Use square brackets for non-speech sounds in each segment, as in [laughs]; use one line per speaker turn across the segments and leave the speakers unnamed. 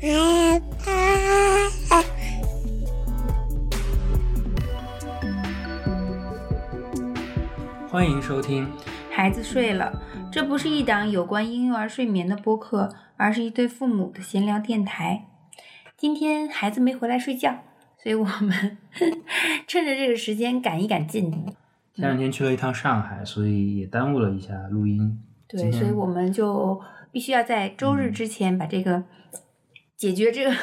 害怕。
欢迎收听，
嗯孩子睡了，这不是一档有关婴幼儿睡眠的播客，而是一对父母的闲聊电台。今天孩子没回来睡觉，所以我们 [laughs] 趁着这个时间赶一赶进度。
前两天去了一趟上海，所以也耽误了一下录音。今
对，
天
所以我们就必须要在周
嗯
日之前把这个解决这个 [laughs]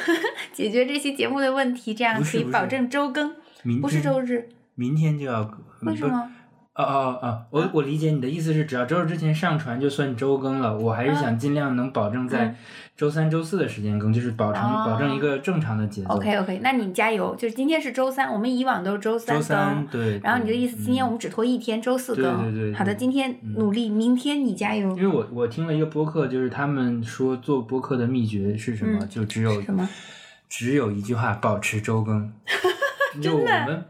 解决这期节目的问题，这样
不是
可以
不是
保证周更。
明
不是
天
周日，
明天就要呃
为什？么？啊
不哦哦哦，我我理解你的意思是，只要周日之前上传就算周更了。我还是想尽量能保证在
啊嗯
周三、周四的时间更，就是保证
哦
保证一个正常的节奏。
OK OK，那你加油！就是今天是周三，我们以往都是周三
周
更。
三对，
然后你的
对
意思，今天我
嗯
们只拖一天，周四
对
更。
对对对
好的，今天
嗯
努力，明天你加油
因。为我我听了一个播客，就是他们说做播客的秘诀是什么，
嗯
就只有
什么？
只有一句话，保持周
[laughs]
更。就我们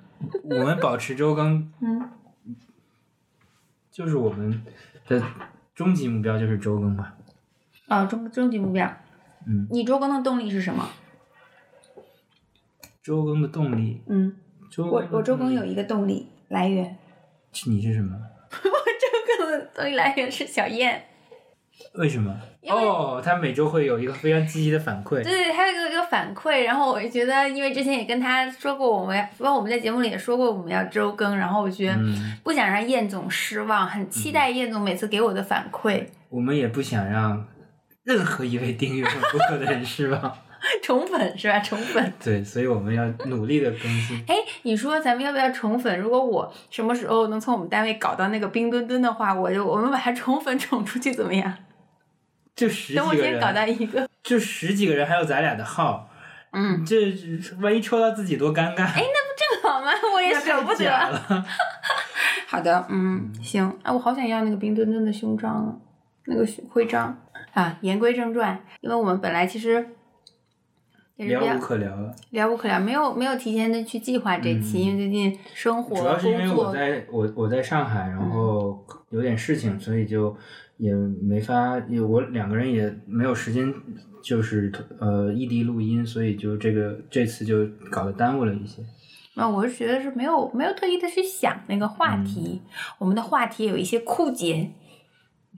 我们保持周更，
嗯，
就是我们的终极目标就是周更嘛。
哦，终终极目标。
嗯，
你周更的动力是什么？
周更的动力，
嗯，
周
我我周更有
一，
一个动力来源，
你是什么？
周更的动力来源是小燕。
为什么？
因为
哦，他每周会有一个非常积极的反馈。
对对，还有一个一个反馈，然后我就觉得，因为之前也跟她说过，我们要，不，我们在节目里也说过我们要周更，然后我觉得
嗯，
不想让燕总失望，很期待燕总每次给我的反馈，
我们也不想让任何一位订阅我们播客的人失望。
[laughs] 宠粉是吧？宠粉。
对，所以我们要努力的更新。
哎，你说咱们要不要宠粉？如果我什么时候能从我们单位搞到那个冰墩墩的话，我就我们把它宠粉宠出去怎么样？
就十几
等我
个
先搞
人，
到一个，
就十几个人，还有咱俩的号，
嗯， [laughs]
这万一抽到自己多尴尬。哎，
正好嘛，我也舍不得。
了。
好的，嗯，行，哎，我好想要那个冰墩墩的胸章啊，那个胸徽章啊。言归正传，因为我们本来其实也是
聊
比较
无可聊了，
聊无可聊，没有没有提前的去计划这期，
嗯
因为最近生活
主要是因为
工
我
作
在我我在上海，然后有点事情，所以就也没法，也我两个人也没有时间，就是呃异地录音，所以就这个这次就搞得耽误了一些。
那我是觉得是没有没有特意的去想那个话题，我们的话题有一些枯竭。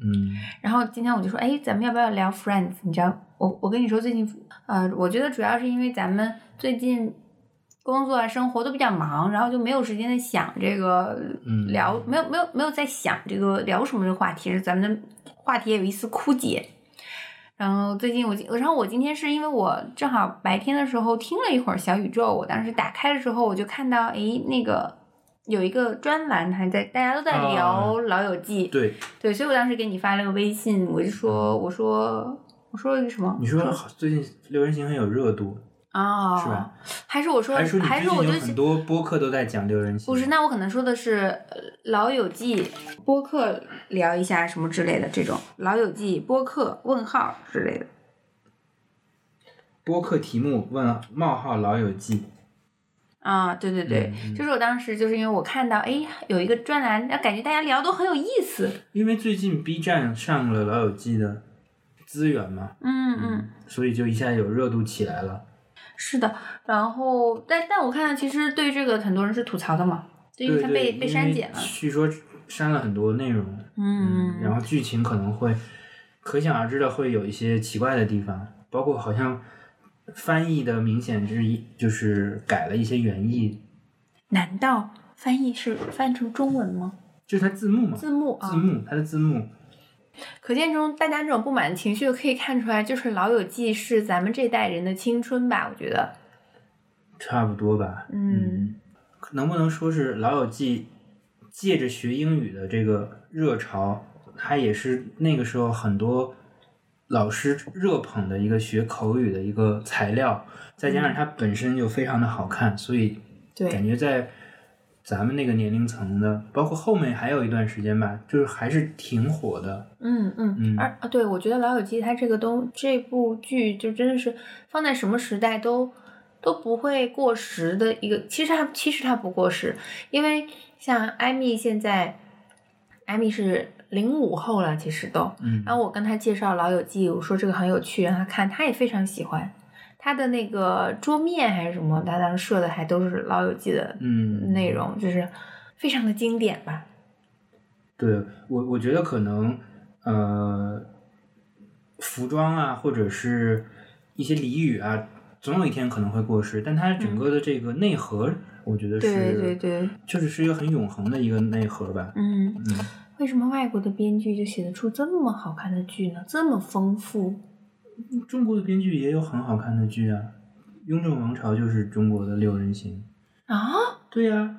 嗯，
然后今天我就说，哎，咱们要不要聊 Friends？你知道，我我跟你说，最近呃，我觉得主要是因为咱们最近工作啊、生活都比较忙，然后就没有时间在想这个
嗯
聊，没有没有没有在想这个聊什么这个话题，是咱们的话题也有一丝枯竭。然后最近我今，然后我今天是因为我正好白天的时候听了一会儿小宇宙，我当时打开的时候我就看到，诶，那个有一个专栏还在，大家都在
啊
聊《老友记》
对，嗯
对，所以我当时给你发了个微信，我就说，我说，我说了一个什么？
你说最近六人行很有热度，
啊、
是吧？
还是我说，
还是说你
还
最
是我
近
就
有很多播客都在讲六人行？
不是，那我可能说的是呃《老友记》播客聊一下什么之类的这种《老友记》播客问号之类的。
播客题目问冒号老友记，
啊，对对对，
嗯嗯
就是我当时就是因为我看到，哎，有一个专栏，感觉大家聊都很有意思，
因为最近 B 站上了老友记的资源嘛，
嗯嗯，
所以就一下有热度起来了。
是的。然后，但但我看到其实对这个很多人是吐槽的嘛，就因为
对
它
对，
被
因
被
为
删减了，
据说删了很多内容，
嗯，
然后剧情可能会可想而知的会有一些奇怪的地方，包括好像翻译的明显之一就是改了一些原意，
难道翻译是翻成中文吗？
就是它字幕嘛，
字幕啊，
字幕它的字幕，
可见中大家这种不满情绪可以看出来，就是《老友记》是咱们这代人的青春吧？我觉得，
差不多吧。
嗯，
能不能说是《老友记》借着学英语的这个热潮，它也是那个时候很多老师热捧的一个学口语的一个材料，再加上它本身就非常的好看，所以
对
感觉在咱们那个年龄层的，包括后面还有一段时间吧，就是还是挺火的。
嗯嗯
嗯，
而啊，对，我觉得《老友记》它这个东这部剧就真的是放在什么时代都都不会过时的一个。其实它其实它不过时，因为像艾米现在，艾米是零五后了，其实都。
嗯，
然后我跟他介绍《老友记》，我说这个很有趣，让他看，他也非常喜欢。他的那个桌面还是什么，他当时设的还都是《老友记》的
嗯，
内容，就是非常的经典吧。
对我，我觉得可能呃，服装啊，或者是一些俚语啊，总有一天可能会过时，但它整个的这个内核，我觉得是，
嗯对对对，
确实是一个很永恒的一个内核吧。
嗯，
嗯，
为什么外国的编剧就写得出这么好看的剧呢？这么丰富，
中国的编剧也有很好看的剧啊，《雍正王朝》就是中国的六人行。
啊！
对呀、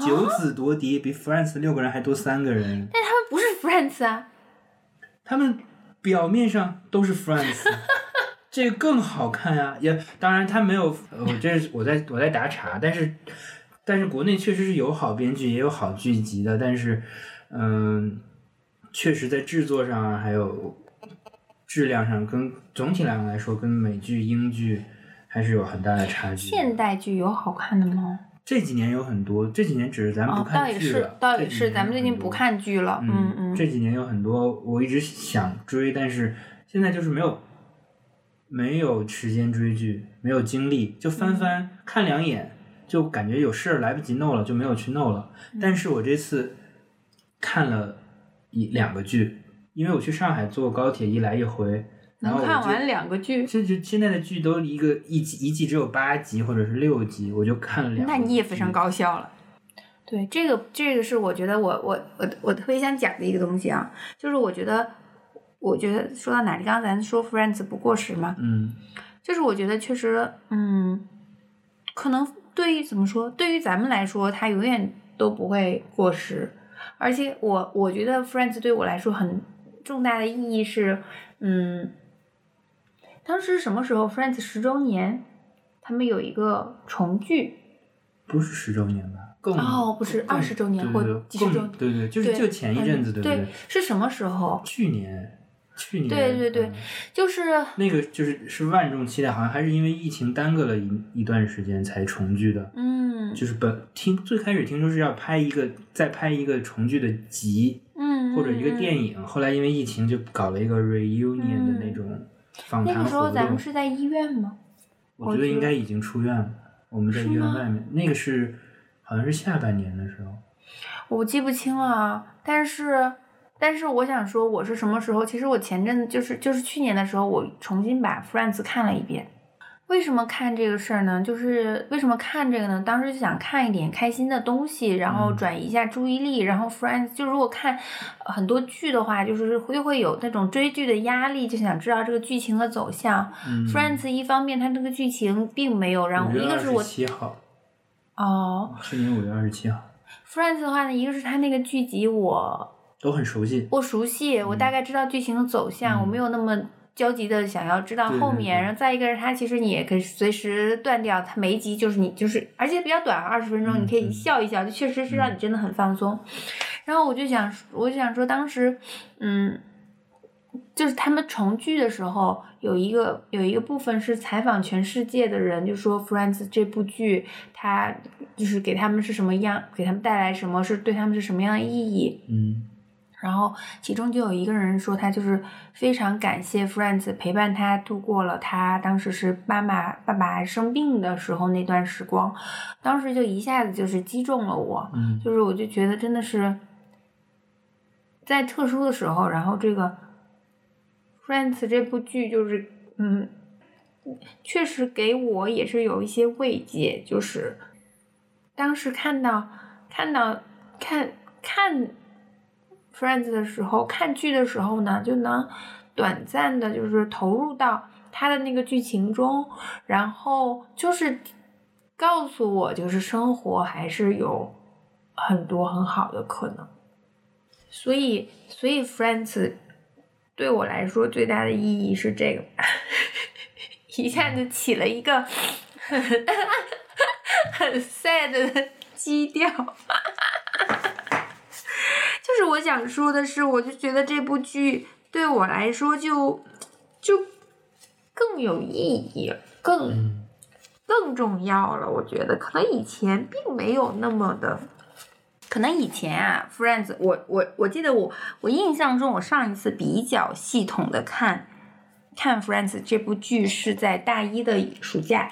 九子夺嫡比 Friends 六个人还多三个人，
但他们不是 Friends 啊，
他们表面上都是
[laughs]
Friends，这个更好看呀、也当然他没有，呃我这是我在我在打岔，但是但是国内确实是有好编剧，也有好剧集的，但是嗯、确实在制作上啊，还有质量上跟总体上来说，跟美剧、英剧还是有很大的差距的。
现代剧有好看的吗？
这几年有很多，这几年只是咱们不
哦，倒
看
也
剧
是
了，，
倒
这
也
几
是，
年
咱
有
们最
很
近不
多
看剧了。
嗯
嗯嗯，
这几年有很多我一直想追，但是现在就是没有没有时间追剧，没有精力，就
嗯
翻翻、看两眼，就感觉有事儿来不及弄了，就没有去弄了。
嗯
但是我这次看了一两个剧，因为我去上海坐高铁一来一回，然后
能
我
看
就
完两个剧，
这就现在的剧都一个一集一季只有八集或者是六集，我就看了嗯两个
那
剧。
你也非常高效了。对，这个这个是我觉得我我我我特别想讲的一个东西啊，就是我觉得，我觉得说到哪里？刚才咱说 Friends 不过时嘛，
嗯
就是我觉得确实，嗯，可能对于怎么说，对于咱们来说，它永远都不会过时。而且我我觉得 Friends 对我来说很重大的意义是，嗯，当时什么时候 Friends 十周年，他们有一个重聚，
不是十周年吧？更
哦不是
更
20周年
对
或
对
几十
更
周
对对，就是
对
就前一阵子，
嗯
对不
对？是什么时候？
去年，去年，
对对对
嗯
就是
那个就是是万众期待，好像还是因为疫情耽搁了一一段时间才重聚的。
嗯
就是本听最开始听说是要拍一个再拍一个重聚的集
嗯，
或者一个电
影。
影，后来因为疫情就搞了一个 reunion 的那
嗯
种访
那
谈
个时候
活
咱
动
们。是在医院吗？
我觉得应该已经出院了，我们在医
是
院
吗
外面，那个是好像是下半年的时候。
我记不清了啊，但是但是我想说，我是什么时候？其实我前阵子就是就是去年的时候，我重新把《Friends》看了一遍。为什么看这个事儿呢？就是为什么看这个呢？当时就想看一点开心的东西，然后
嗯
转移一下注意力。然后《Friends》就如果看呃很多剧的话，就是会会有那种追剧的压力，就想知道这个剧情的走向。
嗯，
Friends》一方面它这个剧情并没有让我，
五月
一个
二
是
十
我
七号，
哦，
去年五月二十七号，
《Friends》的话呢，一个是它那个剧集我
都很熟悉。
我熟悉，我大概知道剧情的走向，
嗯
我没有那么焦急的想要知道
对
后
对
面。
对
然后再一个是它其实你也可以随时断掉，它每一集就是你就是，而且比较短，啊二十分钟，
嗯
你可以
嗯
笑一笑，就确实是让
嗯
你真的很放松。然后我就想，我就想说，当时，嗯。就是他们重聚的时候，有一个有一个部分是采访全世界的人，就说《Friends》这部剧，它就是给他们是什么样，给他们带来什么，是对他们是什么样的意义。
嗯
然后其中就有一个人说，他就是非常感谢 Friends 陪伴他度过了他当时是妈妈爸爸生病的时候那段时光，当时就一下子就是击中了我，
嗯，
就是我就觉得真的是在特殊的时候，然后这个 Friends 这部剧就是嗯，确实给我也是有一些慰藉，就是当时看到看到看看 Friends 的时候，看剧的时候呢，就能短暂的，就是投入到它的那个剧情中，然后就是告诉我，就是生活还是有很多很好的可能。所以，所以 Friends 对我来说最大的意义是这个吧， [laughs] 一下就起了一个很 [laughs] 很 sad 的基调。就是我想说的是，我就觉得这部剧对我来说就就更有意义，更
嗯
更重要了。我觉得可能以前并没有那么的可能以前啊，Friends，我我我记得我我印象中，我上一次比较系统的看看 Friends 这部剧是在大一的暑假。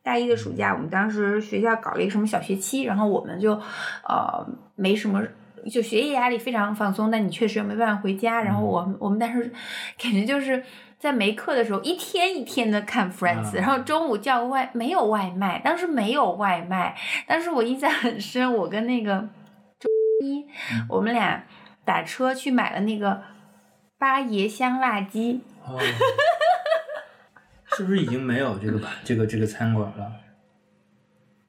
大一的暑假，我们当时学校搞了一个什么小学期，然后我们就，呃，没什么，就学业压力非常放松，但你确实没办法回家。然后我们我们当时 [laughs] 感觉就是在没课的时候，一天一天的看 Friends，、
啊
然后中午叫外没有外卖，当时没有外卖，当时我印象很深，我跟那个周
嗯
一，我们俩打车去买了那个八爷香辣鸡，
哦， [laughs] 是不是已经没有这个吧？这个这个餐馆了？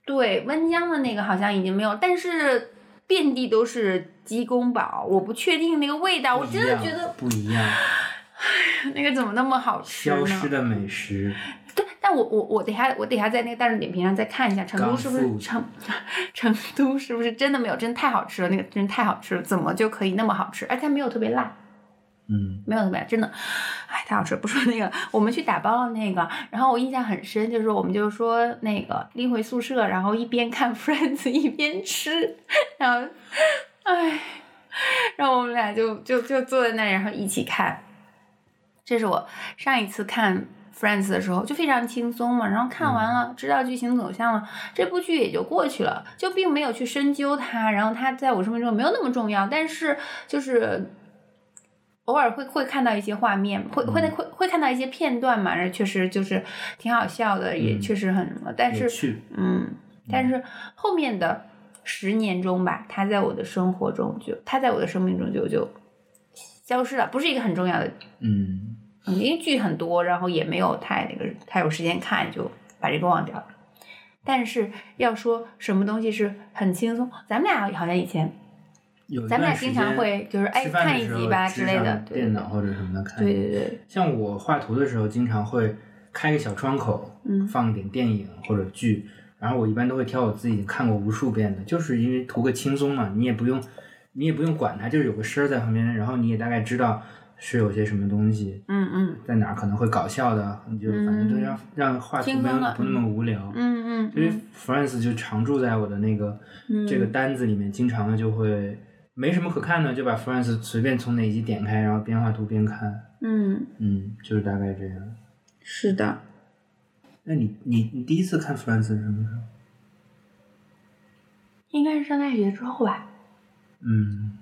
对，温江的那个好像已经没有，但是遍地都是鸡公煲，我不确定那个味啊道，我
不一
真的
样
觉得
不一样，
那个怎么那么好吃
消失
呢？
的美食。
对，但我我我等下我等下在那个大众点评上再看一下，成都是不
港
是
式
成 [laughs] 成都是不是真的没有？真的太好吃了，那个真的太好吃了，怎么就可以那么好吃？而且它没有特别辣。
嗯，
没有怎么样，真的，哎，太好吃了。不说那个，我们去打包了那个，然后我印象很深，就是我们就说那个拎回宿舍，然后一边看 [laughs] Friends 一边吃，然后，哎，然后我们俩就就就坐在那里，然后一起看。这是我上一次看 Friends 的时候，就非常轻松嘛，然后看完了，知道剧情走向了，这部剧也就过去了，就并没有去深究它，然后它在我生命中没有那么重要，但是就是偶尔会会看到一些画面，会会
嗯
会会看到一些片段嘛，然后确实就是挺好笑的，也
嗯
确实很，但
有
是
趣。
嗯，但是后面的十年中吧，他在我的生活中就，他在我的生命中就就消失了，不是一个很重要的，
嗯，
嗯因为剧很多，然后也没有太那个太有时间看，就把这个忘掉了。但是要说什么东西是很轻松，咱们俩好像以前，
有一
咱们
段
俩
时
经常
间
会就是哎
吃饭
看
的
一
时
集
候
吧
支
之类的
上
对
电
对
脑或者什么的看。
对对对，
像我画图的时候，经常会开个小窗口，
嗯
放点电影或者剧，然后我一般都会挑我自己已经看过无数遍的，就是因为图个轻松嘛，你也不用，你也不用管它，就是有个声儿在旁边，然后你也大概知道是有些什么东西
嗯嗯
在哪儿可能会搞笑的，你就反正就
嗯
让、让画图
轻
不
松
用
了
不那么无聊。
嗯嗯
因为
嗯，
Friends 就常驻在我的那个、
嗯
这个单子里面，经常的就会没什么可看的，就把 Friends 随便从哪一集点开，然后边画图边看，
嗯，
嗯，就是大概这样。
是的，
那你你你第一次看 Friends 是什么时候？
应该是上大学之后吧。
嗯，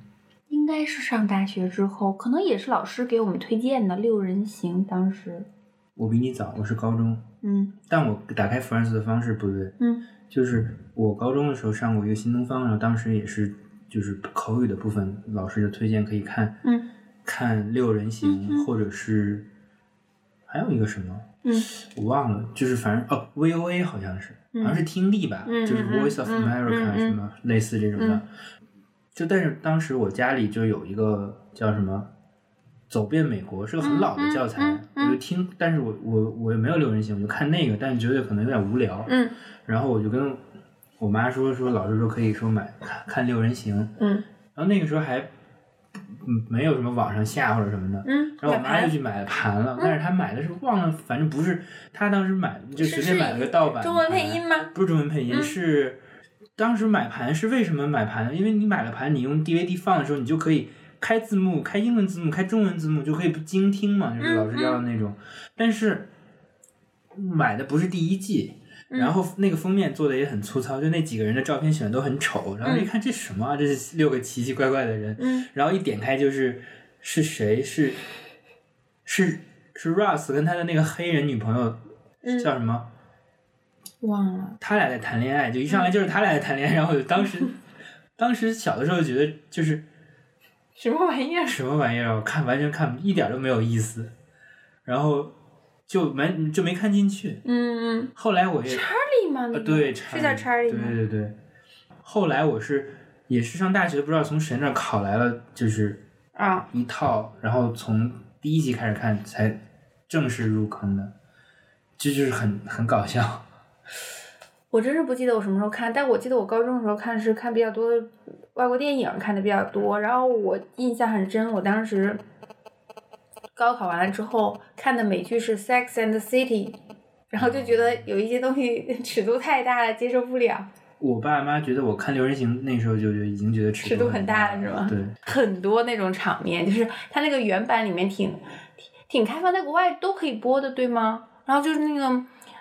应该是上大学之后，可能也是老师给我们推荐的《六人行》，当时，
我比你早，我是高中，
嗯
但我打开 Friends 的方式不对，
嗯
就是我高中的时候上过一个新东方，然后当时也是就是口语的部分，老师就推荐可以看
嗯
看六人行，
嗯嗯
或者是还有一个什么。
嗯
我忘了，就是反正哦，VOA 好像是，
嗯
好像是听力吧，
嗯
就是 Voice of
嗯嗯
America、
嗯嗯
什么类似这种的。
嗯
就但是当时我家里就有一个叫什么《走遍美国》，是个很老的教材，
嗯嗯嗯嗯
我就听，但是我我我也没有六人行，我就看那个，但是觉得可能有点无聊，
嗯
然后我就跟我妈说说，老师说可以说买看看六人行，
嗯
然后那个时候还嗯没有什么网上下或者什么的，
嗯，
然后我妈就去买盘了，但是她买的是忘了，反正不是她当时买就随便买了个盗版的盘，
中文配音吗？
不是中文配音、
嗯
是当时买盘是为什么买盘呢？因为你买了盘，你用 DVD 放的时候，你就可以开字幕，开英文字幕，开中文字幕，就可以精听嘛，
嗯
就是老师教的那种。但是买的不是第一季。
嗯
然后那个封面做的也很粗糙，就那几个人的照片选的都很丑，然后一看这什么、啊，这是六个奇奇怪怪的人，
嗯
然后一点开就是是谁是是是 Russ 跟他的那个黑人女朋友
嗯
叫什么？
忘了，
他俩在谈恋爱，就一上
嗯
来就是他俩在谈恋爱，然后我就当时当时小的时候觉得就是
什么玩意儿？ [laughs]
什么玩意儿啊，我看完全看一点都没有意思，然后就没就没看进去。
嗯嗯
后来我也
，Charlie 吗？
呃
那个
对，
是叫
Charlie，
Charlie
对
吗？
对对。后来我是也是上大学，不知道从谁那儿考来了，就是
啊，
一套，然后从第一集开始看才正式入坑的，这就是很很搞笑。
我真是不记得我什么时候看，但我记得我高中的时候看是看比较多的外国电影，看的比较多。然后我印象很深，我当时高考完了之后看的美剧是《Sex and the City》，然后就觉得有一些东西尺度太大了，接受不了。
我爸妈觉得我看《六人行》那时候就就已经觉得尺
尺度
很
很大了是吗
对，
很多那种场面，就是它那个原版里面挺挺挺开放，在国外都可以播的，对吗？然后就是那个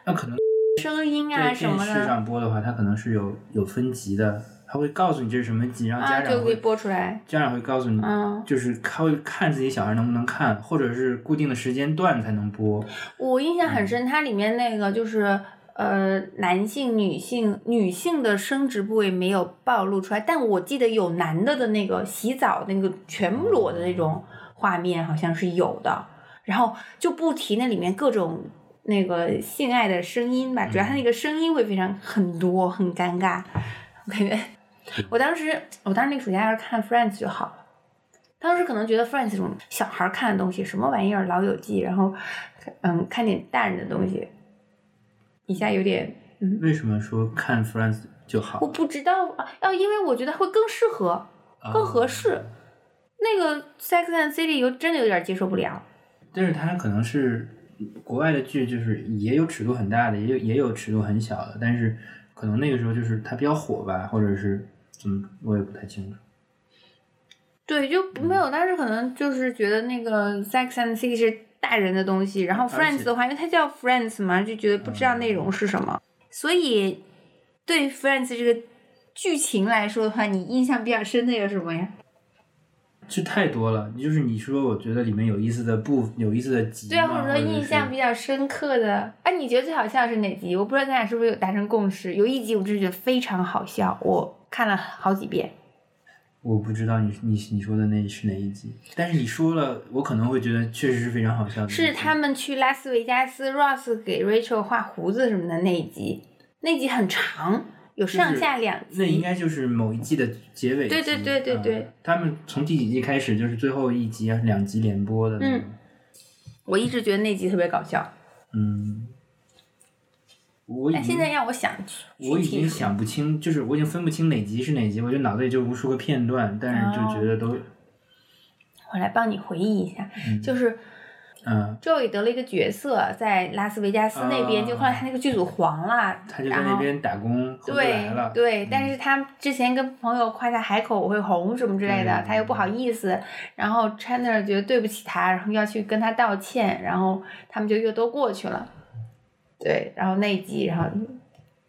那可能
声音啊
在
什
电
么
视
的，
上播的话，它可能是有有分级的，他会告诉你这是什么级，然后
啊
家
就
长
可
会、
以播出来。
家长会告诉你，
嗯，
就是他会看自己小孩能不能看，或者是固定的时间段才能播。
我印象很深，它里面那个就是呃，男性、女性、女性的生殖部位没有暴露出来，但我记得有男的的那个洗澡那个全裸的那种画面，好像是有的。然后就不提那里面各种那个性爱的声音吧，主要它那个声音会非常很多，很尴尬。我感觉我当时，我当时那个暑假要是看 Friends 就好了。当时可能觉得 Friends 这种小孩儿看的东西，什么玩意儿，《老友记》，然后，嗯，看点大人的东西，一下有点，嗯，
为什么说看 Friends 就好
我？不知道啊，要因为我觉得会更适合，
啊
更合适。那个《Sex and the City》有真的有点接受不了，
但是它可能是国外的剧，就是也有尺度很大的，也有也有尺度很小的，但是可能那个时候就是它比较火吧，或者是怎么，我也不太清楚。
对，就没有。当时可能就是觉得那个《Sex and the City》是大人的东西，然后《
而且
Friends》的话，因为它叫《Friends》嘛，就觉得不知道内容是什么，所以对《Friends》这个剧情来说的话，你印象比较深的有什么呀？
这太多了，就是你说，我觉得里面有意思的部，有意思的集
对啊，
嘛
或者说印象比
是
较深刻的，哎、你觉得最好笑的是哪集？我不知道咱俩是不是有达成共识。有一集我真是觉得非常好笑，我看了好几遍。
我不知道你你你说的那是哪一集，但是你说了，我可能会觉得确实是非常好笑的一集。
是他们去拉斯维加斯，Ross 给 Rachel 画胡子什么的那一集，那集很长，有
就是
上下两集。
那应该就是某一季的结尾集。
对对对对对
嗯他们从第几季开始就是最后一集啊，两集连播的那种。
我一直觉得那集特别搞笑，
嗯，我已
但
经
哎现在让我想去，
嗯我已
去
经
听
想不清，就是我已经分不清哪集是哪集，我就脑子里就无数个片段，但是就觉得都，
我来帮你回忆一下，
嗯
啊就是
嗯，
Joey 得了一个角色，在拉斯维加斯那边，
啊
就后来他那个剧组黄了，
他就在
然
那
后
边打工，回不
对
来了。
对，
嗯
但是他之前跟朋友夸他海口我会红什么之类的，
对
他又不好意
嗯
思，然后 Chandler 觉得对不起他，然后要去跟他道歉，然后他们就又都过去了。
嗯
对，然后那一集，然后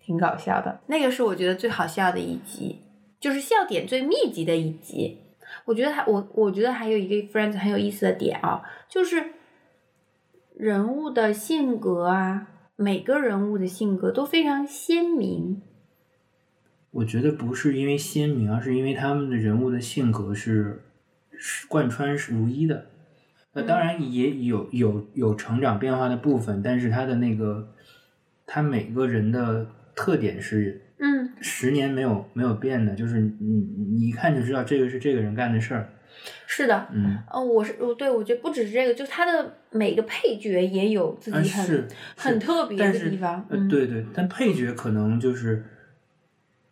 挺搞笑的，那个是我觉得最好笑的一集，就是笑点最密集的一集。我觉得还我我觉得还有一个 Friends 很有意思的点啊，就是人物的性格啊，每个人物的性格都非常鲜明。
我觉得不是因为鲜明，而是因为他们的人物的性格是是贯穿是如一的。那
嗯
当然也有有有成长变化的部分，但是他的那个他每个人的特点是
嗯，
十年没有没有变的，就是你你一看就知道这个是这个人干的事儿。
是的，
嗯，
呃，我是我对我觉得不只是这个，就他的每个配角也有自
啊
己很、
是
很
是
特别
但
的
是
地方。
呃
嗯，
对对，但配角可能就是，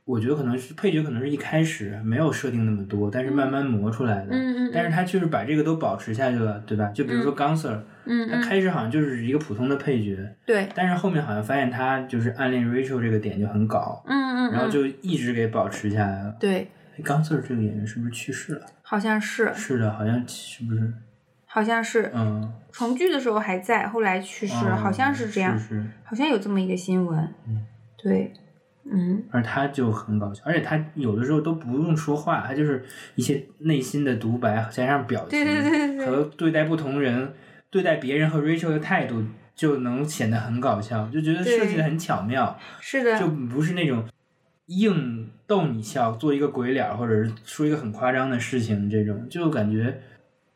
我觉得可能是配角可能是一开始啊没有设定那么多，但是慢慢磨出来的。
嗯嗯嗯
但是他就是把这个都保持下去了，对吧？就比如说 g a n s e r
嗯
他
嗯，
开始好像就是一个普通的配角，
对，
但是后面好像发现他就是暗恋 Rachel 这个点就很搞，
嗯嗯，
然后
嗯
就一直给保持下来了。
对，
g a n s e r 这个演员是不是去世了？
好像是
是的，好像是不是？
好像是、
嗯，
重聚的时候还在，后来去世，
嗯
好像是这样，
是是
好像有这么一个新闻。
嗯，
对，嗯，
而他就很搞笑，而且他有的时候都不用说话，他就是一些内心的独白，加上表情
对对对对对
和对待不同人、对待别人和 Rachel 的态度，就能显得很搞笑，就觉得设计的很巧妙，
是的，
就不是那种硬逗你笑、做一个鬼脸儿，或者是说一个很夸张的事情，这种就感觉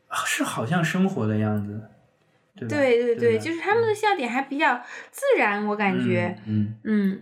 啊是好像生活的样子，对吧？
对对
对
对，
吧
就是他们的笑点还比较自然，我感觉，
嗯。嗯
嗯，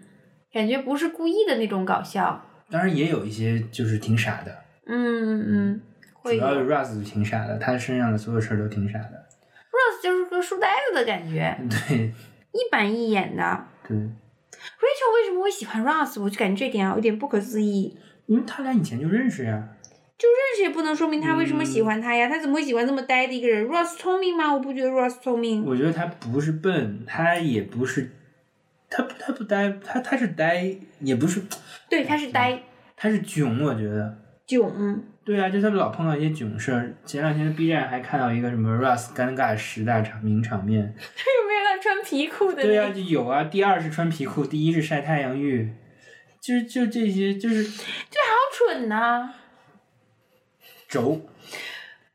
感觉不是故意的那种搞笑。
当然也有一些就是挺傻的，
嗯嗯，
主
会有。
要是 Russ 挺傻的，他身上的所有事儿都挺傻的。
Rose 就是个书呆子的感觉，
[laughs] 对
一板一眼的。
对，
Rachel 为什么会喜欢 Rose？我就感觉这点啊有点不可思议。
因为他俩以前就认识呀、
就认识也不能说明他为什么
嗯
喜欢他呀，他怎么会喜欢这么呆的一个人？Rose 聪明吗？我不觉得 Rose 聪明。
我觉得他不是笨，他也不是他他不呆，他他是呆，也不是，
对，他
嗯
是呆
他是囧，我觉得。
囧，嗯
对啊，就他们老碰到一些囧事儿。前两天 B 站还看到一个什么 Russ 尴尬十大场名场面，
有没有他穿皮裤的？
对呀、就有啊。第二是穿皮裤，第一是晒太阳浴，就是就这些，就是
好蠢呐、
轴。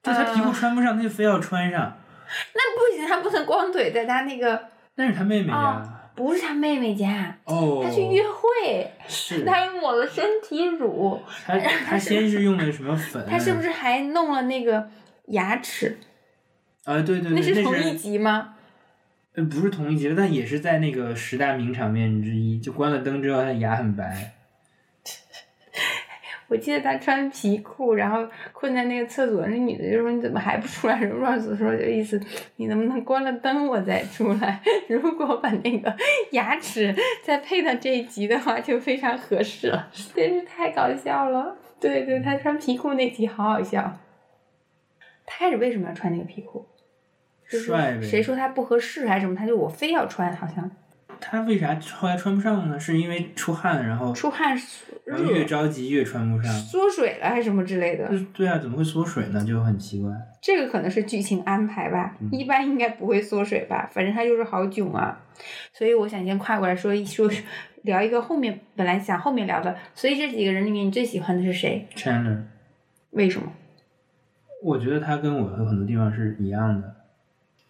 就他皮裤穿不上，他就非要穿上，
那不行，他不能光腿在他那个，
那是他妹妹呀、
不是他妹妹家，
哦，嗯
他去约会，
是
[laughs] 他抹了身体乳，
他他先是用的什么粉？
[laughs] 他是不是还弄了那个牙齿？
啊？对对对，
那
那
是同一集吗？
呃不是同一集的，但也是在那个十大名场面之一。就关了灯之后，他的牙很白。
我记得他穿皮裤，然后困在那个厕所，那女的就说：“你怎么还不出来？” [laughs] 然后 Rose 说：“就意思你能不能关了灯我再出来？ [laughs] 如果把那个牙齿再配到这一集的话，就非常合适 [laughs] 了。”真是太搞笑了。对对，他穿皮裤那集好好笑。他开始为什么要穿那个皮裤？就是
帅呗
谁说他不合适还是什么？他就我非要穿，好像
他为啥后来穿不上呢？是因为出汗，然后
出汗
然后越
热
着急越穿不上。
缩水了还是什么之类的。
就是对啊，怎么会缩水呢？就很奇怪。
这个可能是剧情安排吧，
嗯
一般应该不会缩水吧，反正它就是好囧啊。所以我想先跨过来说一说聊一个后面本来想后面聊的，所以这几个人里面你最喜欢的是谁？
Chandler，
为什么？
我觉得他跟我有很多地方是一样的。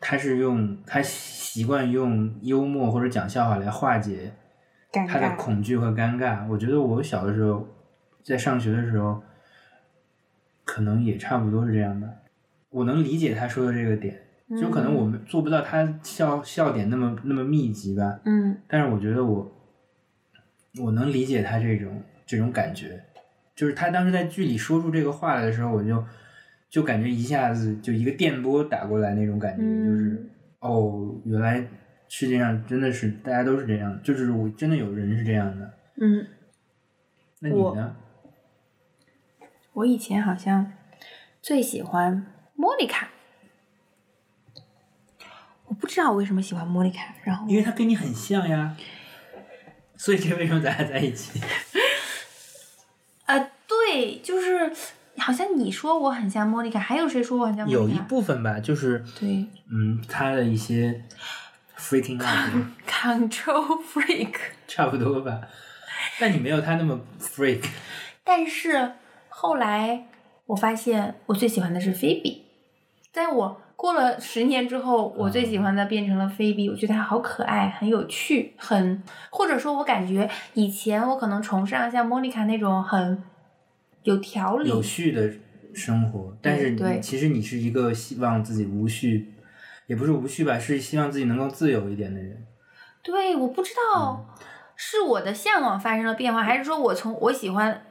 他是用他习惯用幽默或者讲笑话来化解
尴
他的
尬。
恐惧和尴尬。我觉得我小的时候，在上学的时候，可能也差不多是这样的。我能理解他说的这个点，就可
嗯
能我们做不到他笑笑点那么那么密集吧，
嗯
但是我觉得我我能理解他这种这种感觉，就是他当时在剧里说出这个话来的时候，我就就感觉一下子就一个电波打过来那种感觉，
嗯
就是哦，原来世界上真的是大家都是这样，就是我真的有人是这样的。
嗯，
那你
我
呢？
我以前好像最喜欢莫妮卡，我不知道我为什么喜欢莫妮卡，然后
因为他跟你很像呀，所以这为什么咱俩在一起？
呃，对，就是好像你说我很像莫妮卡，还有谁说我很像莫
有
妮
一
卡？
部分吧，就是
对。
嗯，他的一些 freaking out。
Control [laughs] Freak，
差不多吧。但你没有他那么 freak，
但是后来我发现我最喜欢的是菲比，在我过了十年之后，我最喜欢的变成了菲比，我觉得她好可爱，很有趣，很或者说，我感觉以前我可能崇尚像莫妮卡那种很有条理，
有序的生活。但是
嗯对
你其实你是一个希望自己无序，也不是无序吧，是希望自己能够自由一点的人。
对，我不知道是我的向往发生了变化，还是说我从我喜欢，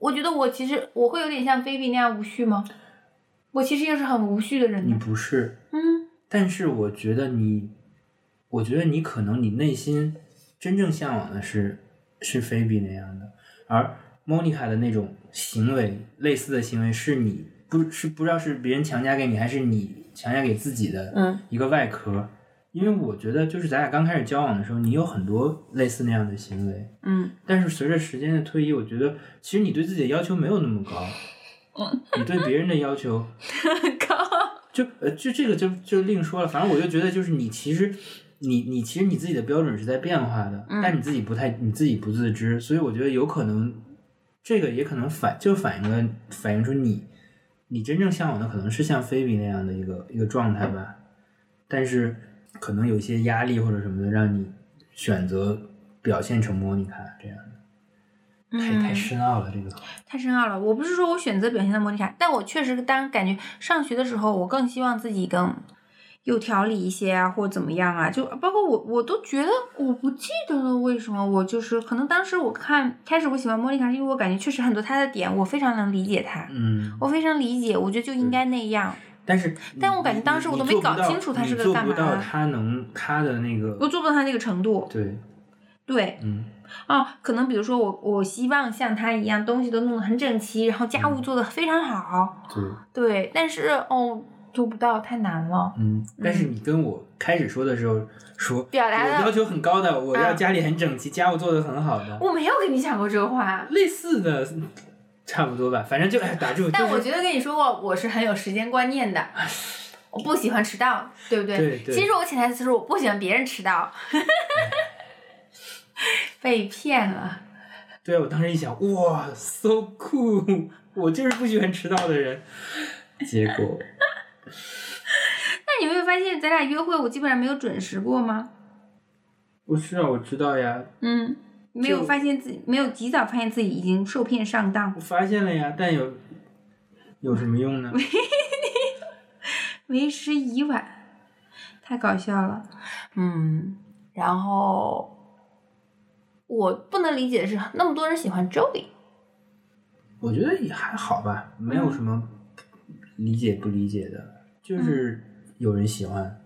我觉得我其实我会有点像菲比那样无序吗？我其实也是很无序的人
你
呢。
不是，
嗯，
但是我觉得你，我觉得你可能你内心真正向往的是是菲比那样的，而莫妮卡的那种行为，类似的行为是你不是不知道是别人强加给你，还是你强加给自己的， [laughs]
嗯，
一个外壳。因为我觉得，就是咱俩刚开始交往的时候，你有很多类似那样的行为，
嗯，
但是随着时间的推移，我觉得其实你对自己的要求没有那么高，你对别人的要求
高，
就呃，就这个就就另说了。反正我就觉得，就是你其实，你你其实你自己的标准是在变化的，
嗯
但你自己不太你自己不自知，所以我觉得有可能，这个也可能反就反映了反映出你，你真正向往的可能是像菲比那样的一个一个状态吧，但是可能有一些压力或者什么的，让你选择表现成莫妮卡这样的，太太深奥了这个。
嗯太深奥了。我不是说我选择表现的莫妮卡，但我确实当感觉上学的时候，我更希望自己更有条理一些啊，或怎么样啊，就包括我，我都觉得我不记得了，为什么我就是可能当时我看开始我喜欢莫妮卡，是因为我感觉确实很多她的点，我非常能理解她，
嗯，
我非常理解，我觉得就应该那样。
但是，
但我感觉当时我都没搞清楚他是个干
你做不
嘛啊
到
的
他能他的那
我
个，
做不到她那个程度，
对，
对，
嗯，
啊，可能比如说我，我希望像她一
嗯
样，东西都弄得很整齐，然后家务做得非常好，
对，
对，但是哦，做不到，太难了。
嗯，但是你跟我开始说的时候说，
表达
我
的
要求很高的，我要
啊
家里很整齐，家务做的很好的，
我没有跟你讲过这话，
类似的，差不多吧，反正就哎打住，就
但我
是
觉得跟你说过，我是很有时间观念
[laughs]
的。我不喜欢迟到，对不对？
对对
其实我潜台词是我不喜欢别人迟到， [laughs] 被骗了。
对我当时一想，哇，so cool，我 [laughs] 就是不喜欢迟到的人，结果
那你会发现，咱俩约会我基本上没有准时过吗？
不是啊，我知道呀，
嗯，没有
就
发现自己，没有及早发现自己已经受骗上当
我，发现了呀，但有有什么用呢？
为时已晚，太搞笑了。嗯，然后我不能理解的是，那么多人喜欢 Joey，
我觉得也还好吧，没
嗯
有什么理解不理解的，就是
嗯
有人喜欢。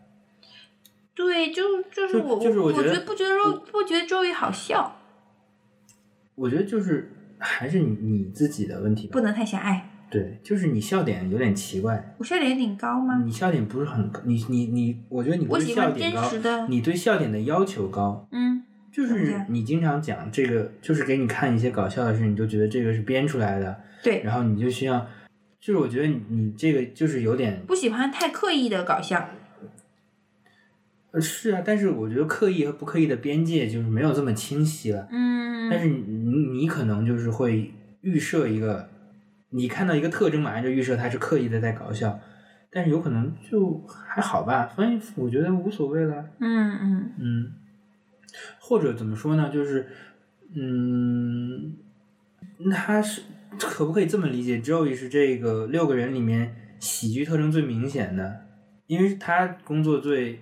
对，就就是
就
我，
就是
我
我觉得
觉不觉得
我
不觉得周瑜好笑，
我觉得就是还是你你自己的问题吧。
不能太狭隘。
对，就是你笑点有点奇怪，
我笑点有点高吗？
你笑点不是很高，你你你，我觉嗯得你不
我
是
喜欢
笑点
真实的
高，你对笑点的要求高，
嗯，
就
怎么
是
讲
你经常讲这个，就是给你看一些搞笑的事，你就觉得这个是编出来的，
对，
然后你就需要，就是我觉得你你这个就是有点
不喜欢太刻意的搞笑。
呃是啊，但是我觉得刻意和不刻意的边界就是没有这么清晰了。
嗯，
但是你你可能就是会预设一个，你看到一个特征，马上就预设他是刻意的在搞笑，但是有可能就还好吧，反正我觉得无所谓了，
嗯嗯
嗯，或者怎么说呢，就是嗯，那他是可不可以这么理解？Joey 是这个六个人里面喜剧特征最明显的，因为他工作最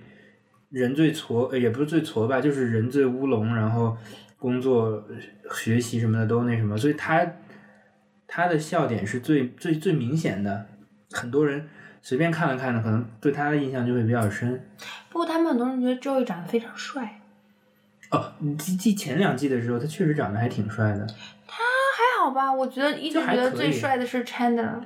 人最挫，呃也不是最挫吧，就是人最乌龙，然后工作、学习什么的都那什么，所以他他的笑点是最最最明显的，很多人随便看了看呢，可能对他的印象就会比较深。
不过他们很多人觉得周瑜长得非常帅，
哦，季季前两季的时候，他确实长得还挺帅的，
还好吧？我觉得一直
就还
觉得
可
最
以
帅的是 Chandler。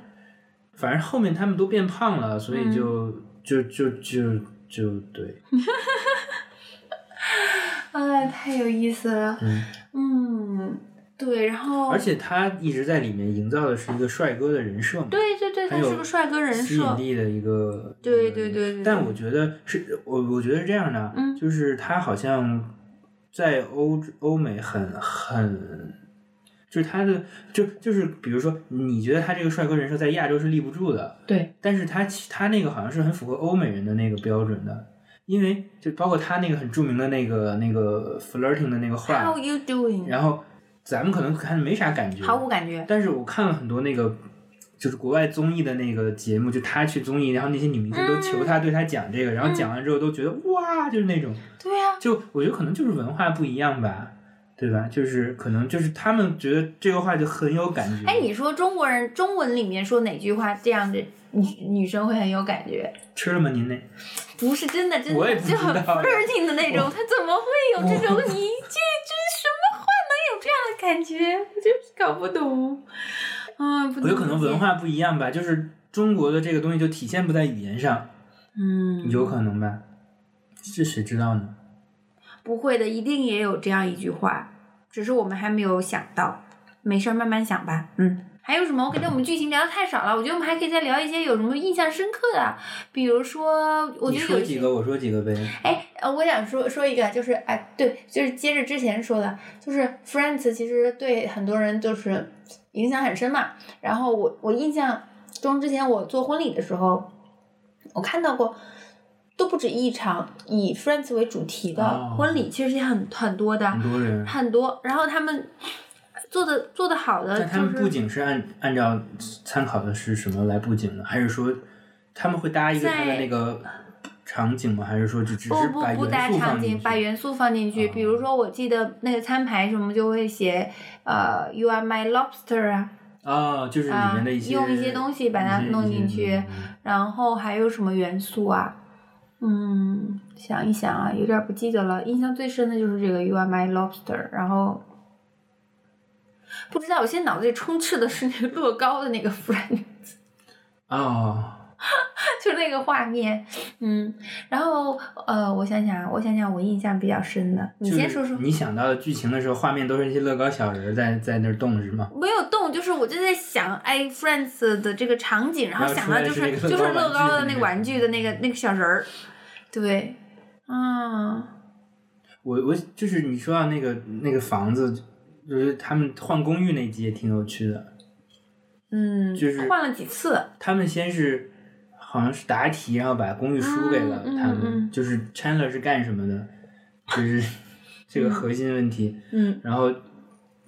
反正后面他们都变胖了，所以就、
嗯
就就就就对，
啊，太有意思了。
嗯，
嗯，对，然后
而且他一直在里面营造的是一个帅哥的人设嘛，
对对对，他
还有
是个帅哥人
吸引
设。
力的一个，
对
一个
对对对
但
对
我觉得是我我觉得是这样的，
嗯
就是他好像在欧欧美很很。就是他的，就就是比如说，你觉得他这个帅哥人设在亚洲是立不住的，
对，
但是他其他那个好像是很符合欧美人的那个标准的，因为就包括他那个很著名的那个那个 flirting 的那个
How
话，
you doing？
然后咱们可能看着没啥感觉，
毫无感觉。
但是我看了很多那个就是国外综艺的那个节目，就他去综艺，然后那些女明星都求
嗯
他对他讲这个，然后讲完之后都觉得哇，就是那种，
对啊呀、
就我觉得可能就是文化不一样吧。对吧？就是可能就是他们觉得这个话就很有感觉。
哎，你说中国人中文里面说哪句话这样的女女生会很有感觉？
吃了吗？您那
不是真的，真
我也
的
不
就很
知道
flirting 的那种，他怎么会有这种？你这这什么话能有这样的感觉？我就是搞不懂。啊，不
我有可能
理解
文，化不一样吧，就是中国的这个东西就体现不在语言上，
嗯，
有可能吧？这谁知道呢？
不会的，一定也有这样一句话，只是我们还没有想到。没事儿，慢慢想吧。嗯，还有什么？我感觉我们剧情聊的太少了，我觉得我们还可以再聊一些有什么印象深刻的啊，比如说，我
你
觉
说
得有一些
几个，我说几个呗。
哎，呃，我想说说一个，就是哎，对，就是接着之前说的，就是 Friends 其实对很多人就是影响很深嘛。然后我我印象中之前我做婚礼的时候，我看到过都不止一场以 Friends 为主题的
哦嗯
婚礼，其实也很很多的，
很多人，
很多。然后他们做的做的好的，
但他
就
们布
是
景是按按照参考的是什么来布景呢？还是说他们会搭一个他的
在
那个场景吗？还是说就只是
不不
把
不搭
元素
场
放
景，
进
把
去？
元素放进去。比如
哦
说，我记得那个餐牌什么就会写，呃，You are my lobster 啊，
啊，就是里面的一些
啊用一些东西把它
一些
弄
一些
进去
嗯
然后还有什么元素啊？嗯，想一想啊，有点不记得了。印象最深的就是这个 You are my lobster，然后不知道，我 [laughs] 现在脑子里充斥的是那个乐高的那个 friend，
嗯哦，
就那个画面，嗯，然后呃，我想想啊，我想想，我印象比较深的，你
就是
先说说。
你想到的剧情的时候，画面都是一些乐高小人儿在在那儿动是吗？
没有动，就是我就在想，哎，Friends 的这个场景，然后
然后
想
出
到
来
就是是
那个乐
就是
高
乐
玩
高
具的
的那
那
个
个
玩具的那个那个小人儿，对，啊，
我我就是你说到那个那个房子，就是他们换公寓那集也挺有趣的。
嗯，
就是
换了几次，
他们先是好像是答题，然后把公寓输给了
嗯
他们，
嗯嗯
就是 Chandler 是干什么的，就是 [laughs] 这个核心问题。
嗯
然后，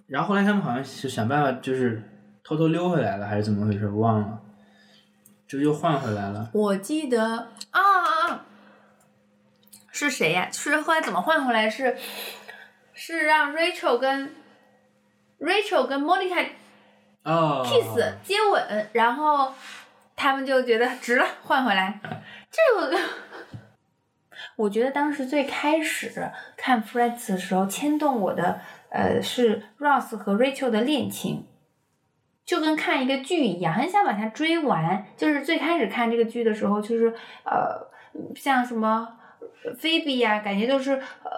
然后后来他们好像是想办法，就是偷偷溜回来了，还是怎么回事？忘了，就又换回来了。
我记得啊啊啊，是谁呀、是后来怎么换回来？是是让 Rachel 跟 Rachel 跟 Monica
哦
kiss、接吻，然后他们就觉得值了，换回来。这个我觉得当时最开始看 Friends 的时候，牵动我的呃是 Ross 和 Rachel 的恋情。就跟看一个剧一样，很想把它追完。就是最开始看这个剧的时候，就是呃，像什么菲比呀，感觉就是呃，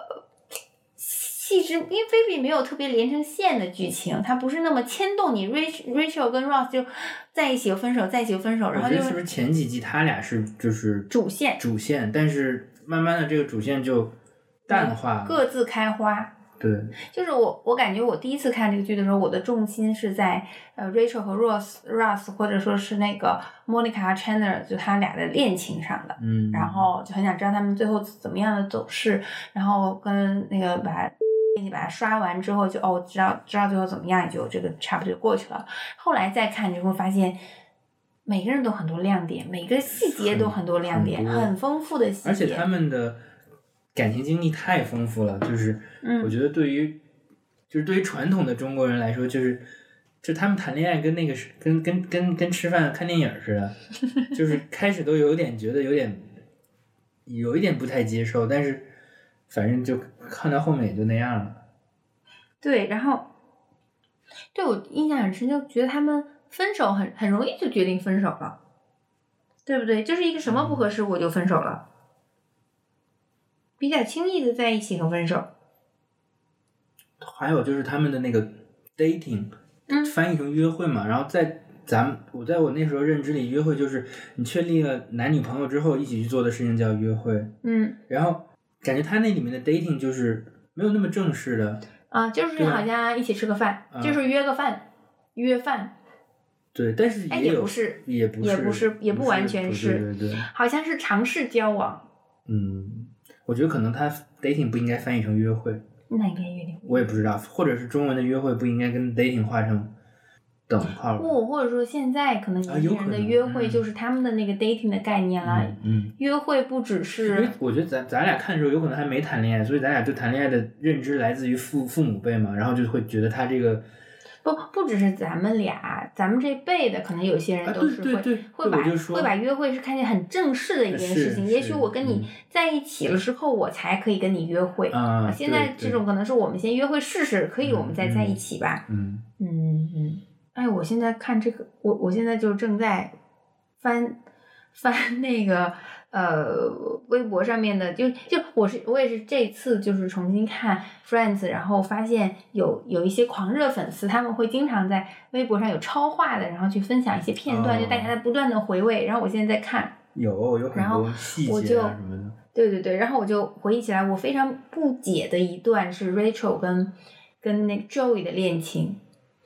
细致，因为菲比没有特别连成线的剧情，它不是那么牵动你。Rach Rachel 跟 Ross 就在一起又分手，在一起又分手，
我
然
觉
后
得
就是
不是前几季他俩是就是
主线
主线，但是慢慢的这个主线就淡化了。
各自开花。
对，
就是我，我感觉我第一次看这个剧的时候，我的重心是在呃 Rachel 和 Ross Ross，或者说是那个 Monica 和 Chandler，就他俩的恋情上的。
嗯。
然后就很想知道他们最后怎么样的走势，然后跟那个把一起把它刷完之后就，哦，知道知道最后怎么样，也就这个差不多就过去了。后来再看，你就会发现每个人都很多亮点，每个细节都很多亮点，
很
很
多
丰富的细节。
而且他们的感情经历太丰富了，就是
嗯
我觉得对于、就是对于传统的中国人来说，就是就他们谈恋爱跟那个是跟跟跟跟吃饭看电影似的，
[laughs]
就是开始都有点觉得有点有一点不太接受，但是反正就看到后面也就那样了。
对，然后对我印象很深，就觉得他们分手很很容易就决定分手了，对不对？就是一个什么不合适我就分手了，比较轻易的在一起和分手。
还有就是他们的那个 dating，
嗯
翻译成约会嘛，然后在咱们我在我那时候认知里，约会就是你确立了男女朋友之后一起去做的事情叫约会，
嗯
然后感觉他那里面的 dating 就是没有那么正式的，
啊，就是
对
好像一起吃个饭，
嗯
就是约个饭，约饭，
对，但是
哎
有
也不是
也不
也
是
不是也不完全
不
是
对对对，
好像是尝试交往。
嗯，我觉得可能他 dating 不应该翻译成约会，
那应该约定
我也不知道，或者是中文的约会不应该跟 dating 画成等号吧，
不，哦或者说现在可能
啊
年
有
轻
可
人的
能
约会
嗯
就是他们的那个 dating 的概念了。
嗯嗯。
约会不只
因为
是
我觉得咱咱俩看的时候，有可能还没谈恋爱，所以咱俩对谈恋爱的认知来自于父父母辈嘛，然后就会觉得他这个
不不只是咱们俩，咱们这辈的可能有些
啊
人都
对
是会、
对对，
会
对
把
我就说
会把约会是看见很正式的一件事
是
情。也许
是嗯
我跟你在一起了之后，我才可以跟你约会。
啊，
现在
对
这种可能是我们先约会试试，可以我们再在一
嗯
起吧。
对嗯
嗯嗯，哎，我现在看这个，我我现在就正在翻翻那个呃微博上面的，就就我是我也是这次就是重新看 Friends，然后发现有有一些狂热粉丝，他们会经常在微博上有超话的，然后去分享一些片段，
哦
就大家在不断的回味，然后我现在在看。
有有很
然后
多细
我
节
就
啊什么的。
对对对，然后我就回忆起来，我非常不解的一段是 Rachel 跟跟那 Joey 的恋情，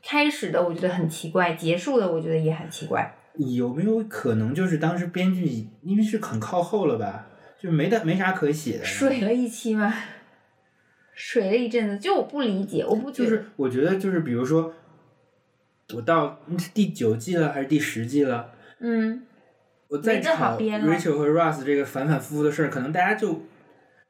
开始的我觉得很奇怪，结束的我觉得也很奇怪。
有没有可能就是当时编剧因为是很靠后了吧，就没的没啥可写的，
水了一期吗？ [laughs] 水了一阵子，就我不理解，我不
就
觉得
是我觉得就是比如说，我到嗯是第九季了还是第十季了，
嗯，
我再
没得好
吵
编了
Rachel 和 Russ 这个反反复复的事儿，可能大家就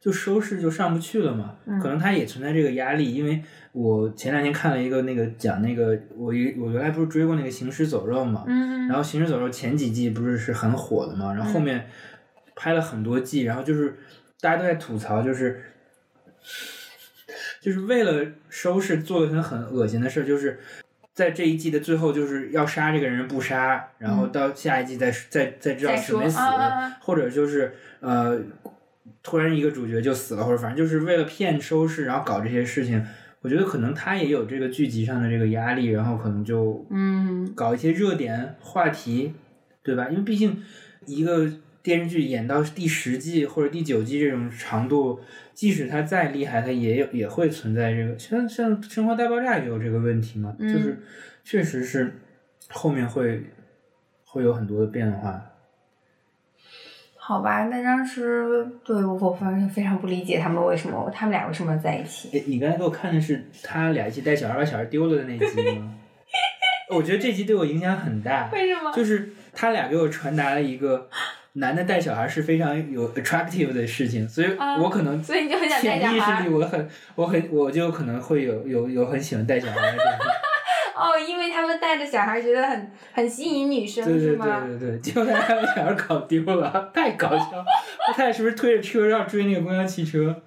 就收视就上不去了嘛，
嗯
可能他也存在这个压力，因为我前两天看了一个那个讲那个我一我原来不是追过那个《行尸走肉》嘛，
嗯，
然后《行尸走肉》前几季不是是很火的嘛，然后后面拍了很多季，然后就是大家都在吐槽，就是就是为了收视做了很很恶心的事儿，就是在这一季的最后，就是要杀这个人不杀，然后到下一季再、再再知道
嗯再
死没
说
死，
啊啊啊
或者就是呃，突然一个主角就死了，或者反正就是为了骗收视，然后搞这些事情。我觉得可能他也有这个剧集上的这个压力，然后可能就
嗯
搞一些热点话题，对吧？因为毕竟一个电视剧演到第十季或者第九季这种长度，即使它再厉害，它也有也会存在这个。像像《生活大爆炸》也有这个问题嘛，
嗯
就是确实是后面会会有很多的变化。
好吧，那当时对我我反正非常不理解他们为什么他们俩为什么要在一起。
哎，你刚才给我看的是他俩一起带小孩把小孩丢了的那集
[laughs]
吗？我觉得这集对我影响很大。
[laughs] 为什么
就是他俩给我传达了一个男的带小孩是非常有 attractive 的事情，所以
啊
我可能
所以你就很想带
潜
小
意
孩
识
儿
里我很我很我就可能会有有有很喜欢带小孩
[laughs]
的这种
哦，因为他们带着小孩觉得很很吸引女生，
对
是
对
吗？
对对对，结果他俩把小孩搞丢了，太搞笑了。他俩是不是推着车要追那个公交汽车？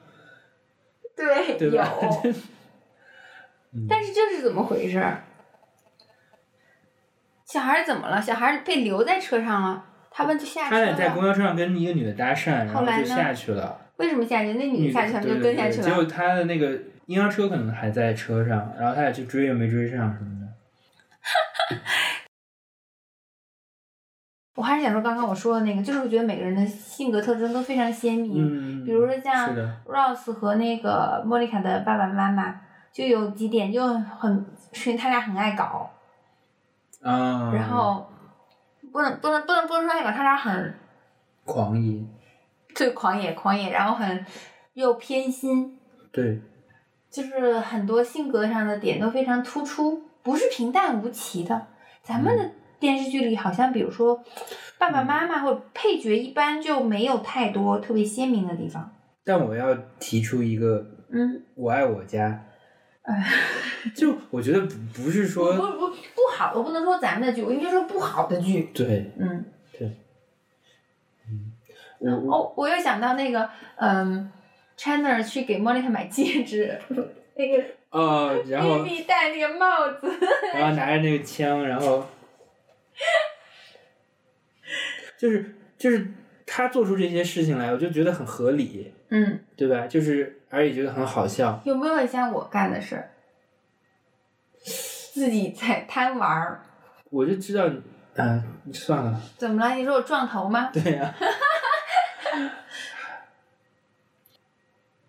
对，
对吧
有
[laughs] 嗯。
但是这是怎么回事儿？小孩儿怎么了？小孩儿被留在车上了，他们就
他
下车
俩在公
了。
交车上跟一个女的搭讪，然
后
后
来
就
呢
下去了。
为什么下去？那女的
女
下去，他们
对
就
对
跟下
对，
去
结
了
果。他的那个婴儿车可能还在车上，然后他俩去追也没追上什么的。
我还是想说刚刚我说的那个，就是我觉得每个人的性格特征都非常鲜明。
嗯，
比如说像
是的。
Rose 和那个莫妮卡的爸爸妈妈就有几点就很，是他俩很爱搞。
啊，
然后不能不能不能不能说那个，他俩很
狂野，
对狂野狂野，然后很又偏心，
对，
就是很多性格上的点都非常突出，不是平淡无奇的。咱们的电视剧里好像，比如说爸爸妈妈或者配角，一般就没有太多特别鲜明的地方。
但我要提出一个，
嗯，
我爱我
[laughs]
家，
哎，
就我觉得不不是
不不
说
不不好，我不能说咱们的剧，我应该说不好的剧。
对
嗯。
对，嗯，我我
哦，我又想到那个，嗯，Chandler 去给 Monica 买戒指， [laughs] 那个
呃，然后
B B 戴那个帽子，
然后拿着那个枪，然
[laughs]
后就是就是他做出这些事情来，我就觉得很合理，
嗯，
对吧？就是而且觉得很好笑，
有没有很像我干的事儿？自己在贪玩儿，
我就知道，嗯、算了，
怎么了？你说我撞头吗？
对呀、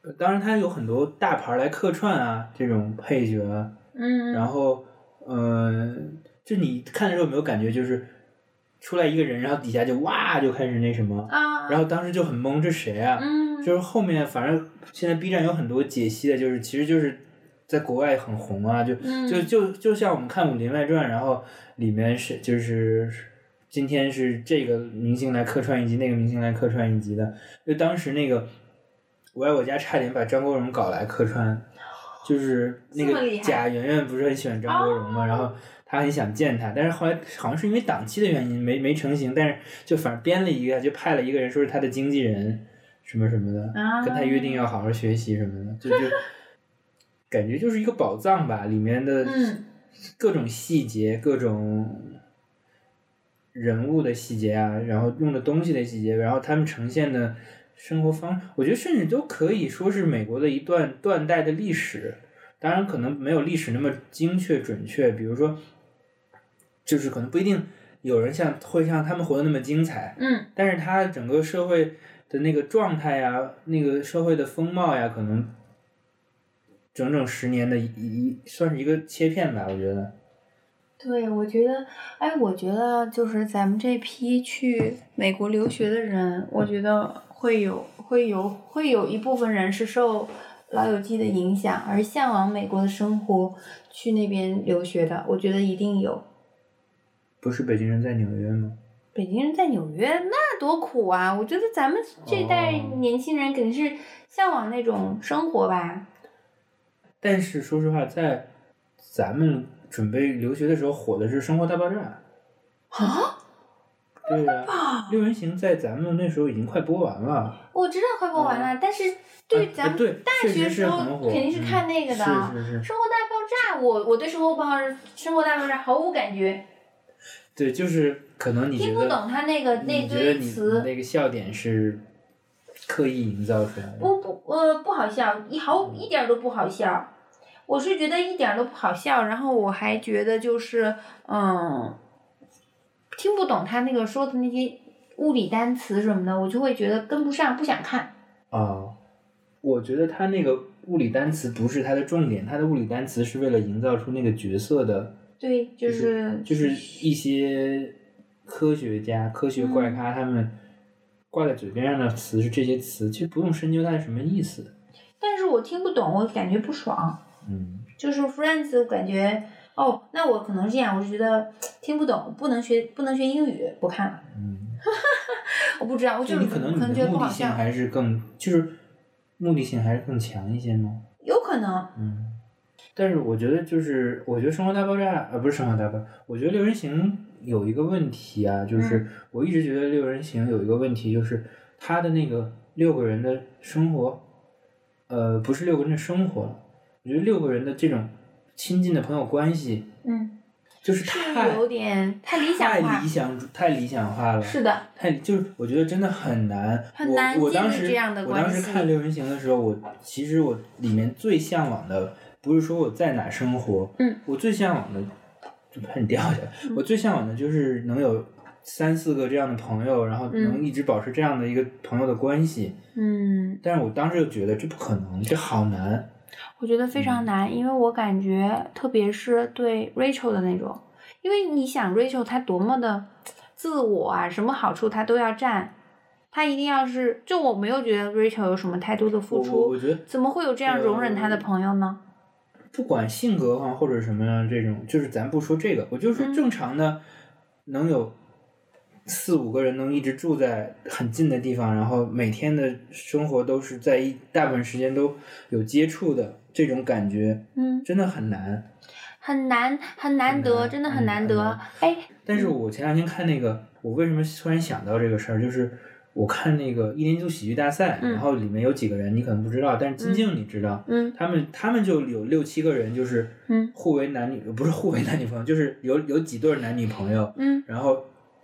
呃 [laughs] 当然，它有很多大牌儿来客串啊，这种配角啊，
嗯，
然后，呃，就你看的时候有没有感觉，就是出来一个人，然后底下就哇就开始那什么，
啊，
然后当时就很懵，这谁啊？
嗯，
就是后面反正现在 B 站有很多解析的，就是其实就是在国外很红啊，就
嗯
就就就像我们看《武林外传》，然后里面是就是今天是这个明星来客串一集，那个明星来客串一集的，就当时那个《我爱我家》差点把张国荣搞来客串。就是那
这么
个
厉害
贾圆圆不是很喜欢张国荣嘛，然后她很想见他，但是后来好像是因为档期的原因没没成型，但是就反正编了一个，就派了一个人说是他的经纪人，什么什么的，
啊
跟他约定要好好学习什么的，就
[laughs]
就感觉就是一个宝藏吧，里面的
嗯
各种细节、各种人物的细节啊，然后用的东西的细节，然后他们呈现的生活方，我觉得甚至都可以说是美国的一段断代的历史。当然，可能没有历史那么精确准确，比如说，就是可能不一定有人像会像他们活得那么精彩，
嗯
但是它整个社会的那个状态呀，那个社会的风貌呀，可能整整十年的一一算是一个切片吧，我觉得。
对，我觉得，哎，我觉得就是咱们这批去美国留学的人，我觉得会有会有会有一部分人是受《老友记》的影响而向往美国的生活，去那边留学的，我觉得一定有。
不是北京人在纽约吗？
北京人在纽约那多苦啊！我觉得咱们这代
哦
年轻人肯定是向往那种生活吧。
但是说实话，在咱们准备留学的时候，火的是《生活大爆炸》。
啊！
对呀、六人行在咱们那时候已经快播完了。
我知道快播完了，但是对
啊
咱
啊对
们大
确
学
实是
时候
很火
肯定是看那个的。啊
嗯是是是
生活大爆炸》我我对生活爆炸生活大爆炸毫无感觉，
对，就是可能你觉
听不
得
懂他那个呃那
你觉得
堆
你
词。
那个笑点是刻意营造出来的，
不不，呃，不好笑，一毫一点儿都不好笑。我是觉得一点儿都不好笑，然后我还觉得就是，嗯，听不懂他那个说的那些物理单词什么的，我就会觉得跟不上，不想看。
啊，我觉得他那个物理单词不是他的重点，他的物理单词是为了营造出那个角色的，
对，
就
就
是
是
就是一些科学家、科学
嗯
怪咖他们挂在嘴边上的词是这些词，其实不用深究它是什么意思。
但是我听不懂，我感觉不爽。
嗯，
就是 Friends 我感觉，哦，那我可能是这样，我是觉得听不懂，不能学，不能学英语，不看了。
嗯，
我不知道，我就是
你可能
可能
你
觉
的
得不
目
好
的性
笑，
还是更就是目的性还是更强一些吗？
有可能。
嗯，但是我觉得就是，我觉得《生活大爆炸》呃不是《生活大爆炸》，我觉得《六人行》有一个问题啊，
嗯
就是我一直觉得《六人行》有一个问题，就是他的那个六个人的生活，呃，不是六个人的生活了，我觉得六个人的这种亲近的朋友关系，
嗯，
就是
是
太
有点太理想化
太理想主太理想化了，
是的，
太哎就是我觉得真的很难，
很难
我我
建
当
立
时
这样的
我
关
当时
系
看《六人行》的时候，我其实我里面最向往的不是说我在哪生活，
嗯，
我最向往的就怕你掉下来，我最向往的就是能有三四个这样的朋友，然后能
嗯
一直保持这样的一个朋友的关系。
嗯，
但是我当时就觉得这不可能，这好难。
我觉得非
嗯
常难，因为我感觉，特别是对 Rachel 的那种，因为你想 Rachel 她多么的自我啊，什么好处她都要占，她一定要是，就我没有觉得 Rachel 有什么太多的付
我我
出
我，觉得
怎么会有这样容忍她的朋友呢？
不管性格上或者什么样这种，就是咱不说这个，我就
嗯
说正常的，能有四五个人能一直住在很近的地方，然后每天的生活都是在一大部分时间都有接触的这种感觉，
嗯，
真的很难。
很难，很难得，
很难
真的
嗯
很难
很
得
难。
哎，
但是我前两天看那个，我为什么突然想到这个事儿，就是我看那个一年一度喜剧大赛，
嗯
然后里面有几个人你可能不知道，但是金
嗯
靖你知道，
嗯
他们他们就有六七个人，就是
嗯
互为男女，不是互为男女朋友，就是有有几对儿男女朋友，
嗯
然后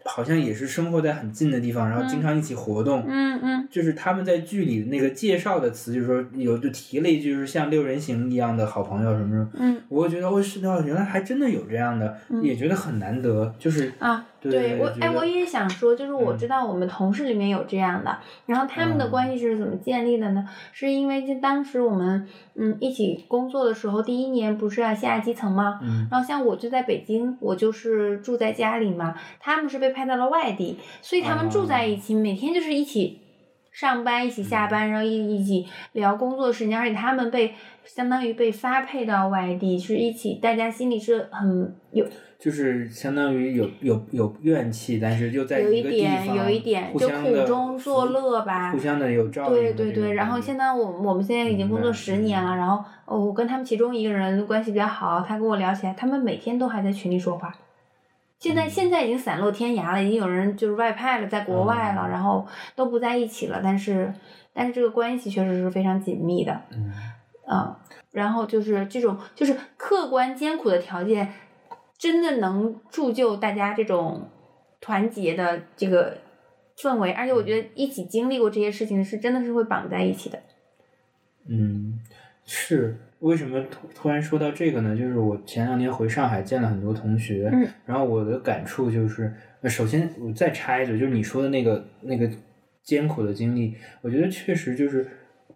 好像也是生活在很近的地方，然后经常一起活动。
嗯嗯
就是他们在剧里那个介绍的词，就是说有就提了一句，就是像六人行一样的好朋友什么什么。
嗯
我觉得哦，是的，原来还真的有这样的，
嗯
也觉得很难得，就是
啊，
对
对我
觉，
哎，
得
我也想说，就是我
嗯
知道我们同事里面有这样的，然后他们的
嗯
关系是怎么建立的呢？是因为就当时我们嗯一起工作的时候，第一年不是要下基层吗？
嗯
然后像我就在北京，我就是住在家里嘛，他们是被派到了外地，所以他们住在一起，每天就是一起上班，一起下班，然后一一起聊工作事情，而且他们被相当于被发配到外地，是一起，大家心里是很有
就是相当于有有有怨气，但是又在
有
一
一
个地
点，
方，
有一点，
互
就
相的
苦中作乐吧
互。相的有照应的
对对
这种
对，然后
感觉
现在我我们现在已经工作十年了，
明嗯
然后哦，我跟他们其中一个人关系比较好，他跟我聊起来，他们每天都还在群里说话。现在
嗯
现在已经散落天涯了，已经有人就是外派了，在国外了，
嗯
然后都不在一起了，但是但是这个关系确实是非常紧密的。
嗯
啊，然后就是这种就是客观艰苦的条件，真的能铸就大家这种团结的这个氛围，而且我觉得一起经历过这些事情是真的是会绑在一起的。
嗯，是为什么突突然说到这个呢？就是我前两天回上海见了很多同学，
嗯
然后我的感触就是，呃首先我再插一嘴，就是你说的那个那个艰苦的经历，我觉得确实就是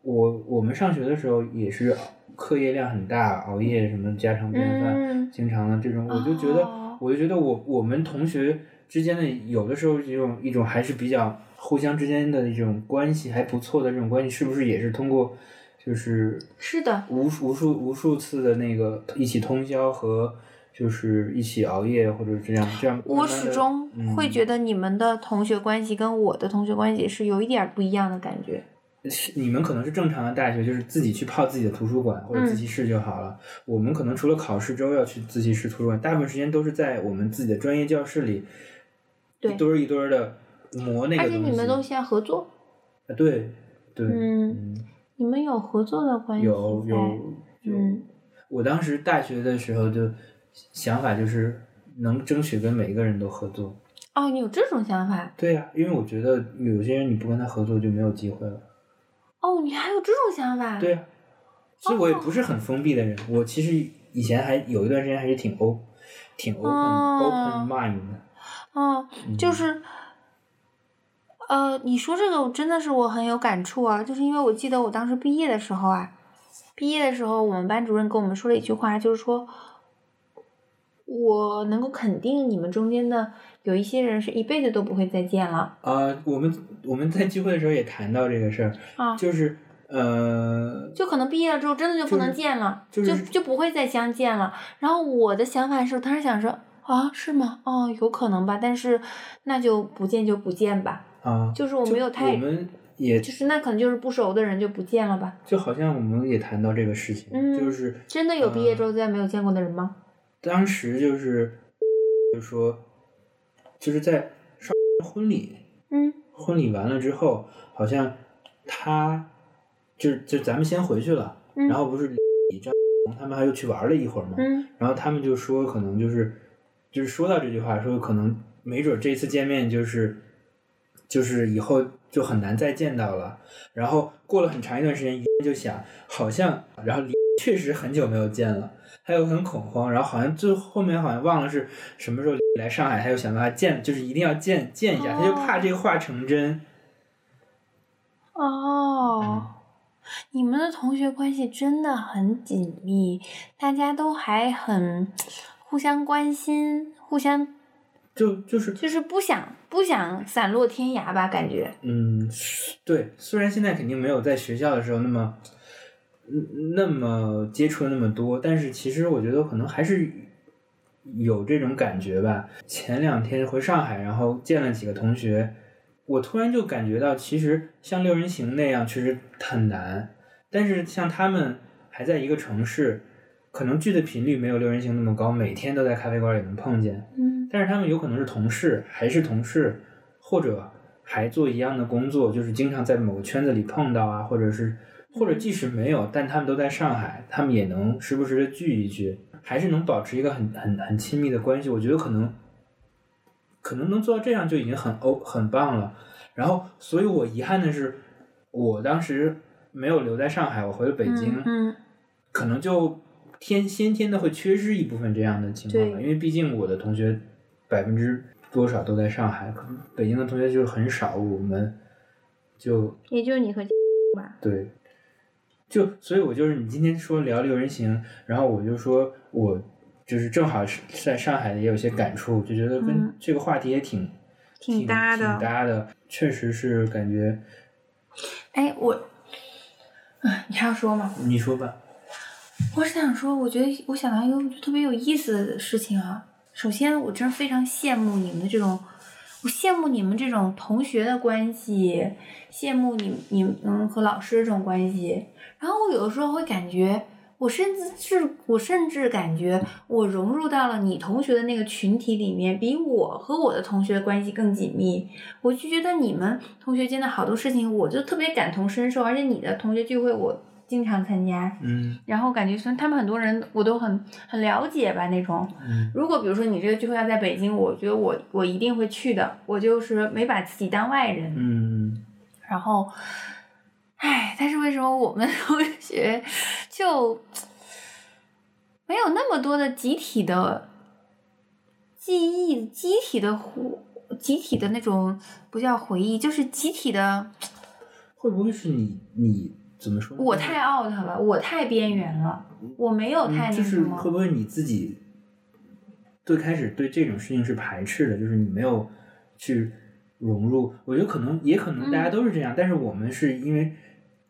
我我们上学的时候也是课业量很大，熬夜什么家常便饭，
嗯
经常的这种，我就觉得，
哦
我就觉得我我们同学之间的有的时候这种一种还是比较互相之间的一种关系还不错的这种关系，是不是也是通过就是
是的，
无数无数无数次的那个一起通宵和就是一起熬夜或者这样这样慢慢地，
我始终
嗯
会觉得你们的同学关系跟我的同学关系是有一点儿不一样的感觉。
是你们可能是正常的大学，就是自己去泡自己的图书馆或者
嗯
自习室就好了。我们可能除了考试之后要去自习室、图书馆，大部分时间都是在我们自己的专业教室里，
对
一堆儿一堆儿的磨那个
而
东西。
且你们都需要合作，
啊对对，
嗯
嗯，
你们有合作的关系在。哎
有有有
嗯，
我当时大学的时候就想法就是能争取跟每一个人都合作。
哦，你有这种想法？
对呀、因为我觉得有些人你不跟他合作就没有机会了。
哦，你还有这种想法？
对呀、其实我
哦
也不是很封闭的人，我其实以前还有一段时间还是挺 o 挺 open、
哦
open mind 的。
哦，
嗯
就是，呃，你说这个我真的是我很有感触啊，就是因为我记得我当时毕业的时候啊，毕业的时候我们班主任跟我们说了一句话，就是说，我能够肯定你们中间的有一些人是一辈子都不会再见了
啊，我们我们在聚会的时候也谈到这个事儿，
啊，
就是呃，
就可能毕业了之后真的就不能见了，
就
就是就不会再相见了。然后我的想法是，我当时想说。啊，是吗？哦，有可能吧，但是那就不见就不见吧。
啊，
就是我没有太
我们也
就是那可能就是不熟的人就不见了吧？
就好像我们也谈到这个事情，
嗯
就是
真的有毕业之
呃
后再没有见过的人吗？
当时就是就说就是在上婚礼
嗯
婚礼完了之后，好像他就就咱们先回去了，
嗯
然后不是李张他们还又去玩了一会儿嘛，
嗯
然后他们就说可能就是就是说到这句话，说可能没准这次见面就是就是以后就很难再见到了。然后过了很长一段时间，一就想好像，然后离确实很久没有见了，他又很恐慌，然后好像最后面好像忘了是什么时候来上海，他又想办法见，就是一定要见见一下，他就怕这个话成真。
哦，你们的同学关系真的很紧密，大家都还很互相关心，互相
就就是
就是不想不想散落天涯吧，感觉。
嗯，对，虽然现在肯定没有在学校的时候那么，嗯那么接触的那么多，但是其实我觉得可能还是有这种感觉吧。前两天回上海，然后见了几个同学，我突然就感觉到，其实像六人行那样确实很难，但是像他们还在一个城市，可能聚的频率没有六人行那么高，每天都在咖啡馆里能碰见。
嗯
但是他们有可能是同事，还是同事，或者还做一样的工作，就是经常在某个圈子里碰到啊，或者
嗯
是或者即使没有，但他们都在上海，他们也能时不时的聚一聚，还是能保持一个很很很亲密的关系。我觉得可能可能能做到这样就已经很欧很棒了。然后，所以我遗憾的是，我当时没有留在上海，我回了北京。
嗯嗯
可能就天先天的会缺失一部分这样的情况吧，
对
因为毕竟我的同学百分之多少都在上海，可能北京的同学就是很少，我们就
也就你和吧。
对，就所以我就是你今天说聊六人行，然后我就说我就是正好是在上海也有些感触，就觉得跟
嗯
这个话题也挺、
挺
挺
搭的
挺搭的，确实是感觉
哎，我，哎， [laughs] 你还要说吗？
你说吧，
我是想说，我觉得我想到一个特别有意思的事情啊。首先，我真非常羡慕你们的这种，我羡慕你们这种同学的关系，羡慕你你们和老师这种关系。然后我有的时候会感觉，我甚至是我甚至感觉我融入到了你同学的那个群体里面，比我和我的同学关系更紧密。我就觉得你们同学间的好多事情，我就特别感同身受，而且你的同学聚会我经常参加。
嗯
然后感觉虽然他们很多人我都很很了解吧那种。
嗯
如果比如说你这个聚会要在北京，我觉得我我一定会去的，我就是没把自己当外人。
嗯，
然后，唉，但是为什么我们 [laughs] 同学就没有那么多的集体的记忆、集体的回、集体的那种不叫回忆，就是集体的
会不会是你你怎么说呢？
我太 out 了，我太边缘了，我没有太
嗯，
那
就
什
是
么。
会不会你自己最开始对这种事情是排斥的，就是你没有去融入？我觉得可能也可能
嗯
大家都是这样，但是我们是因为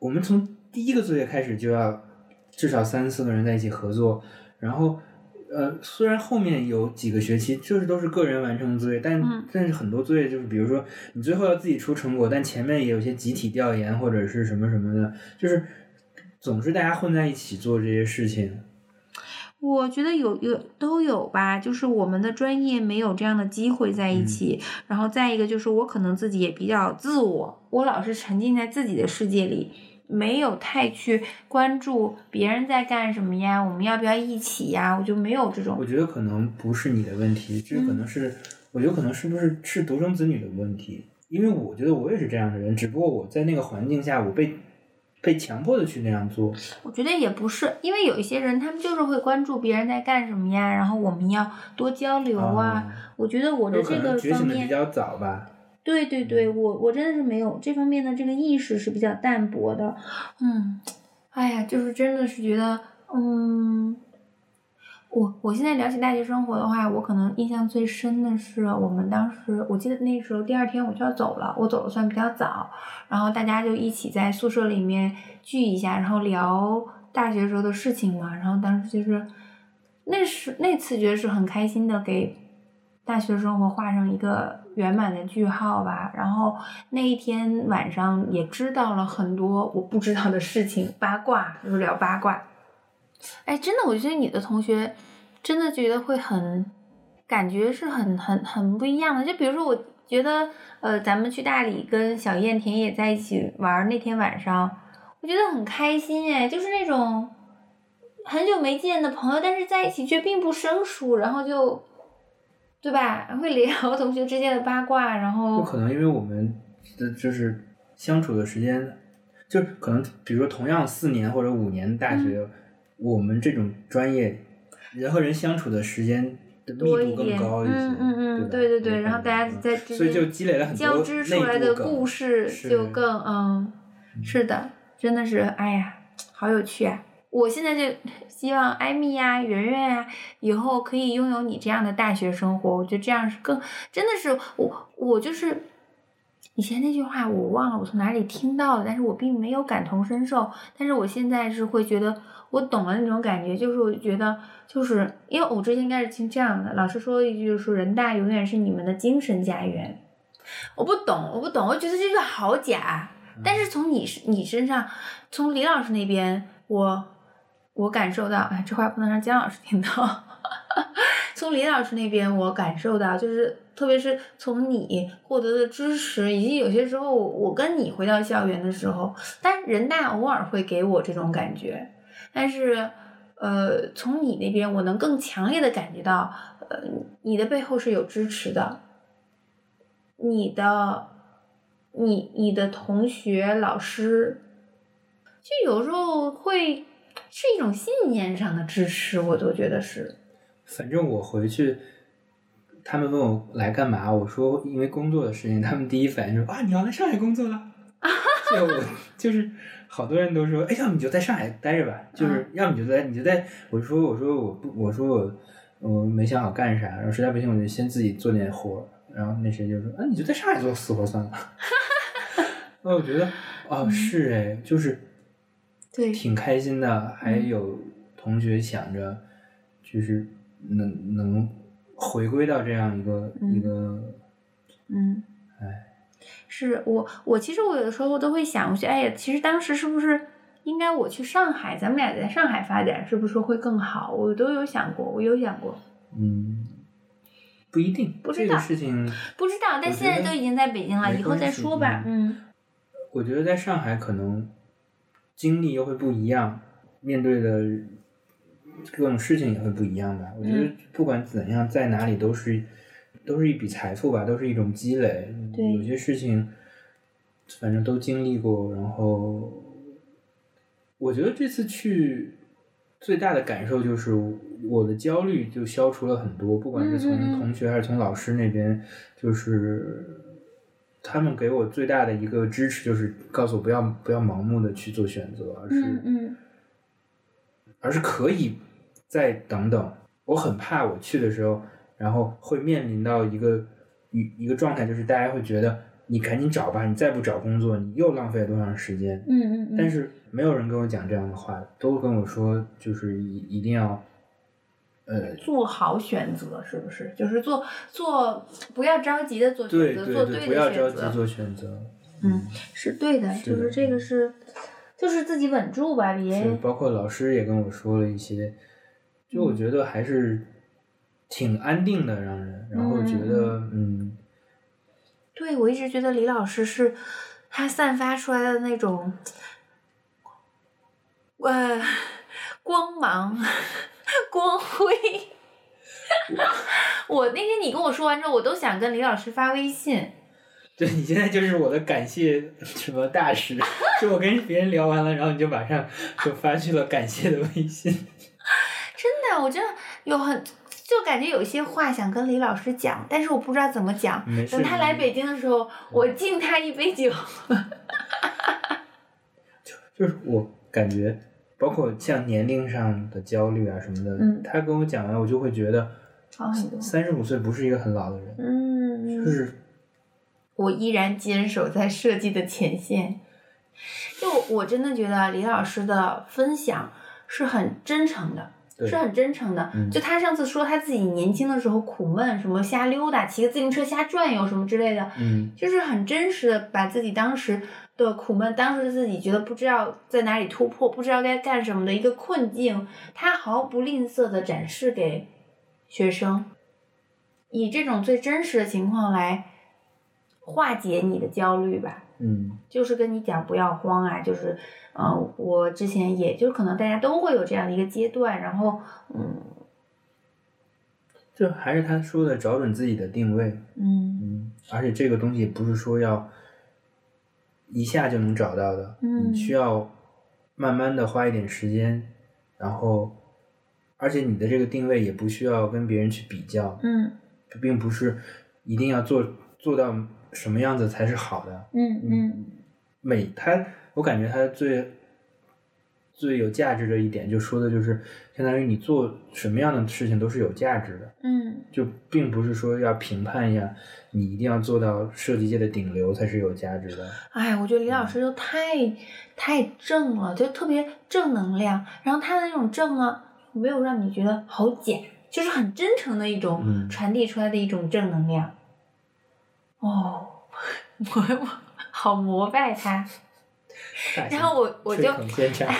我们从第一个作业开始就要至少三四个人在一起合作，然后。呃，虽然后面有几个学期就是都是个人完成作业，但、
嗯
但是很多作业就是，比如说你最后要自己出成果，但前面也有一些集体调研或者是什么什么的，就是总是大家混在一起做这些事情，
我觉得有有都有吧，就是我们的专业没有这样的机会在
嗯
一起，然后再一个就是我可能自己也比较自我，我老是沉浸在自己的世界里，没有太去关注别人在干什么呀，我们要不要一起呀，我就没有这
我
种。
觉得可能不是你的问题，这可能
嗯
是，我觉得可能是不是是独生子女的问题，因为我觉得我也是这样的人，只不过我在那个环境下，我被被强迫的去那样做，
我觉得也不是，因为有一些人他们就是会关注别人在干什么呀，然后我们要多交流啊。
啊，
我觉得我的
有可
这个
能觉
方
醒的
面
比，较早吧，
对对对，我我真的是没有这方面的这个意识是比较淡薄的，嗯，哎呀，就是真的是觉得，嗯，我我现在聊起大学生活的话，我可能印象最深的是我们当时，我记得那时候第二天我就要走了，我走的算比较早，然后大家就一起在宿舍里面聚一下，然后聊大学时候的事情嘛。然后当时就是，那是那次觉得是很开心的，给大学生活画上一个圆满的句号吧。然后那一天晚上也知道了很多我不知道的事情，八卦就是聊八卦。哎，真的，我觉得你的同学真的觉得会很，感觉是很很很不一样的。就比如说，我觉得呃，咱们去大理跟小燕、田野在一起玩儿那天晚上，我觉得很开心哎，就是那种很久没见的朋友，但是在一起却并不生疏，然后就。对吧？会聊 [laughs] 同学之间的八卦，然后
有可能因为我们的就是相处的时间，就是可能比如说同样四年或者五年大学，
嗯
我们这种专业人和人相处的时间的密
多一
度更
点，
高一些，
嗯嗯嗯，
对吧
对对，然后
有
大
可
家
能嗯
在之
所以就
间
积累了很多
交织出来
内
的
部梗
故事
是
就更嗯，是的，真的是哎呀，好有趣啊！我现在就希望艾米呀、圆圆呀，以后可以拥有你这样的大学生活。我觉得这样是更真的是我我就是以前那句话我忘了我从哪里听到的，但是我并没有感同身受。但是我现在是会觉得我懂了那种感觉，就是我觉得就是因为我之前应该是听这样的，老师说一句就是说人大永远是你们的精神家园。我不懂，我不懂，我觉得这句好假。但是从你身你身上，从李老师那边，我我感受到，哎，这话不能让姜老师听到。 [laughs] 从李老师那边，我感受到，就是特别是从你获得的支持，以及有些时候我跟你回到校园的时候，但人大偶尔会给我这种感觉，但是呃，从你那边，我能更强烈的感觉到，呃，你的背后是有支持的，你的，你你的同学、老师，就有时候会是一种信念上的支持，我都觉得是，
反正我回去，他们问我哎来干嘛，我说因为工作的事情，他们第一反应就是啊，你要来上海工作了。
[laughs]
就我就是好多人都说，哎，要么你就在上海待着吧，就是、
嗯
要么你就在你就在，我说我说我不我说我我没想好干啥，然后实在不行我就先自己做点活儿，然后那谁就说啊，你就在上海做死活算
[laughs]
了。那我觉得哦是哎，就是
对
挺开心的，还
嗯
有同学想着，就是能能回归到这样一个、
嗯
一个，
嗯，
哎
是我我其实我有的时候都会想，我觉得哎呀，其实当时是不是应该我去上海，咱们俩在上海发展是不是会更好？我都有想过，我有想过，
嗯，不一定，
不知
这个
道
事情，
不知道，
我
但
觉
现在
得
都已经在北京了，
没
以后再
关系
说吧。嗯，
我觉得在上海可能经历又会不一样，面对的各种事情也会不一样吧。我觉得
嗯
不管怎样，在哪里都是都是一笔财富吧，都是一种积累。
对
有些事情反正都经历过，然后我觉得这次去。最大的感受就是我的焦虑就消除了很多，不管是从
嗯嗯嗯
同学还是从老师那边，就是他们给我最大的一个支持，就是告诉我不要不要盲目的去做选择，而是、
嗯嗯
而是可以再等等。我很怕我去的时候，然后会面临到一个一一个状态，就是大家会觉得你赶紧找吧，你再不找工作，你又浪费了多长时间。
嗯嗯，
但
是
是没有人跟我讲这样的话，都跟我说就是一一定要，呃，
做好选择是不是？就是做做不要着急的做选
对
择，
对
做
对，不
的
要
选择。
着急做选择。
嗯是对的，
是
就
的嗯
是这个是，就是自己稳住吧，别
是，包括老师也跟我说了一些，就我觉得还是挺安定的，让人，然后觉得嗯 [laughs]
对，我一直觉得李老师是他散发出来的那种呃，光芒、 [laughs] 光辉。 [laughs] 我那天你跟我说完之后，我都想跟李老师发微信。
对你现在就是我的感谢什么大
[laughs]
使，就我跟别人聊完了，然后你就马上就发去了感谢的微
[laughs]
信。
真的，我真的有很，就感觉有些话想跟李老师讲，但是我不知道怎么讲。
没事
等他来北京的时候，我敬他一杯酒。 [laughs]
就是我感觉，包括像年龄上的焦虑啊什么的，
嗯
他跟我讲完，我就会觉得
好很多。
三十五岁不是一个很老的人，
嗯，
就是
我依然坚守在设计的前线。就我真的觉得李老师的分享是很真诚的，
对
是啊很真诚的。
嗯
就他上次说他自己年轻的时候苦闷，什么瞎溜达，骑个自行车瞎转悠什么之类的，
嗯，
就是很真实的把自己当时的苦闷，当时自己觉得不知道在哪里突破，不知道该干什么的一个困境，他毫不吝啬的展示给学生，以这种最真实的情况来化解你的焦虑吧。
嗯
就是跟你讲不要慌啊，就是，嗯、我之前也就是可能大家都会有这样的一个阶段，然后，嗯
就还是他说的找准自己的定位，
嗯
嗯，而且这个东西不是说要一下就能找到的，
嗯
你需要慢慢的花一点时间，然后，而且你的这个定位也不需要跟别人去比较，
嗯
并不是一定要做做到什么样子才是好的。
嗯嗯
每他，我感觉他最最有价值的一点，就说的就是相当于你做什么样的事情都是有价值的。
嗯
就并不是说要评判一下，你一定要做到设计界的顶流才是有价值的。
哎，我觉得李老师就太太正了，就特别正能量，然后他的那种正呢，没有让你觉得好假，就是很真诚的一种、
嗯
传递出来的一种正能量。哦， [laughs] 我我好膜拜他，然后我我就
吹捧现
[laughs]
场，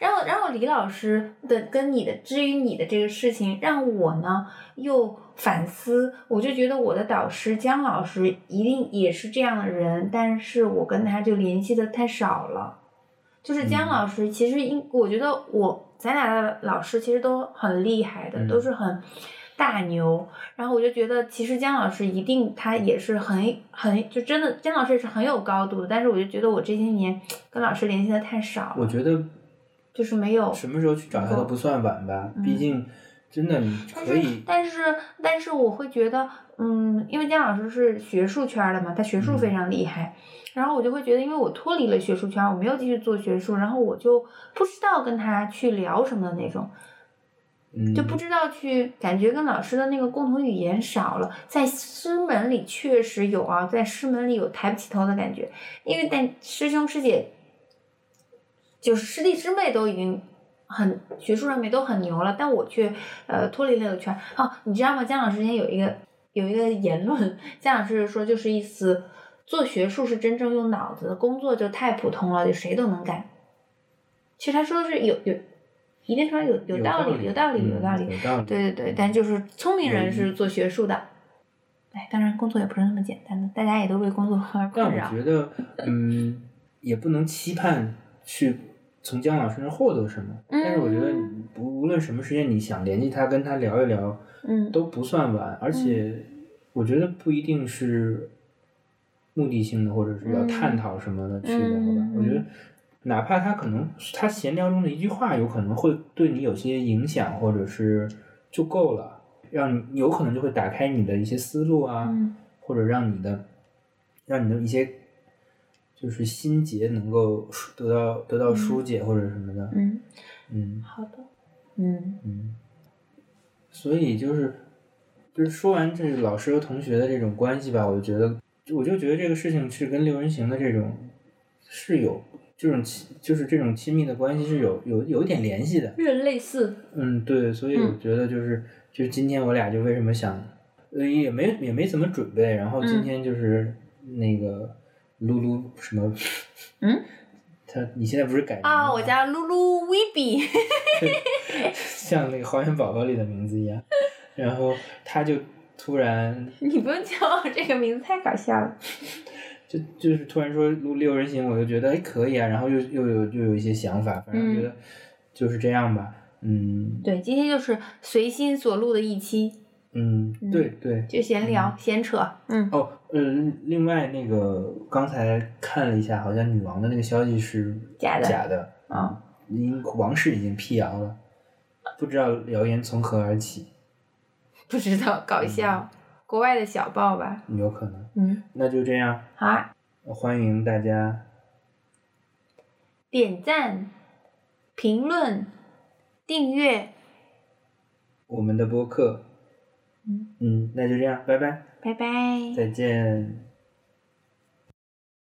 然后，然后李老师的跟你的至于你的这个事情，让我呢又反思，我就觉得我的导师姜老师一定也是这样的人，但是我跟他就联系的太少了。就是
嗯
姜老师，其实应我觉得我咱俩的老师其实都很厉害的，
嗯
都是很大牛。然后我就觉得，其实姜老师一定他也是很很就真的姜老师也是很有高度的，但是我就觉得我这些年跟老师联系的太少
我
了，
觉得
就是没有
什么时候去找他都不算晚吧，
嗯
毕竟真的你
但
可
是
以，
但是，但是我会觉得，嗯，因为姜老师是学术圈儿的嘛，他学术非常厉害，然后我就会觉得，因为我脱离了学术圈儿，我没有继续做学术，然后我就不知道跟他去聊什么的那种，
嗯，
就不知道去感觉跟老师的那个共同语言少了，在师门里确实有啊，在师门里有抬不起头的感觉，因为但师兄师姐，就是师弟师妹都已经很学术上面都很牛了，但我却呃脱离了个圈儿。哦，你知道吗？姜老师之前有一个有一个言论，姜老师说就是意思。做学术是真正用脑子的工作，就太普通了，就谁都能干。其实他说的是有有，一定程度上有有道理，有道理，有道理
嗯。有道理，
对对对，但就是聪明人是做学术的。哎，当然工作也不是那么简单的，大家也都为工作而
但
困
我
扰。
觉得，嗯，也不能期盼去从姜老师那儿获得什么。但是我觉得
嗯，
无无论什么时间，你想联系他，跟他聊一聊，
嗯
都不算晚。而且，我觉得不一定是目的性的，或者是要
嗯
探讨什么的去聊
嗯
吧
嗯。
我觉得，哪怕他可能他闲聊中的一句话，有可能会对你有些影响，或者是就够了，让你有可能就会打开你的一些思路啊。
嗯
或者让你的让你的一些就是心结能够疏得到得到疏解或者什么的，
嗯，
嗯
好的。嗯
嗯，所以就是就是说完这个老师和同学的这种关系吧，我就觉得就我就觉得这个事情是跟六人行的这种是有这种亲就是这种亲密的关系是有有有一点联系的，
有点类似。
嗯，对，所以我
嗯
觉得就是、就是今天我俩就为什么想，呃，也没也没怎么准备，然后今
嗯
天就是那个露露什么，
嗯，
[laughs] 他你现在不是改名
啊，
了
我
吗
叫露露 b 比。
[laughs]
[laughs]
像那个花园宝宝里的名字一
[laughs]
样，然后他就突然
你不用叫我这个名字，太搞笑了。
就就是突然说录六人行，我就觉得哎可以啊，然后又又有又有一些想法，反正觉得就是这样吧，嗯
嗯对，今天就是随心所录的一期，
嗯，
嗯
对对。
就闲聊、闲扯，嗯，
哦，嗯，另外那个刚才看了一下，好像女王的那个消息是
假的
假的
啊，
已经王室已经辟谣了，不知道谣言从何而起，
不知道搞笑，国外的小报吧，
有可能。
嗯，
那就这样，
好啊，
欢迎大家
点赞、评论、订阅，
我们的播客。嗯
嗯
嗯，那就这样，拜拜，
拜拜。
再见。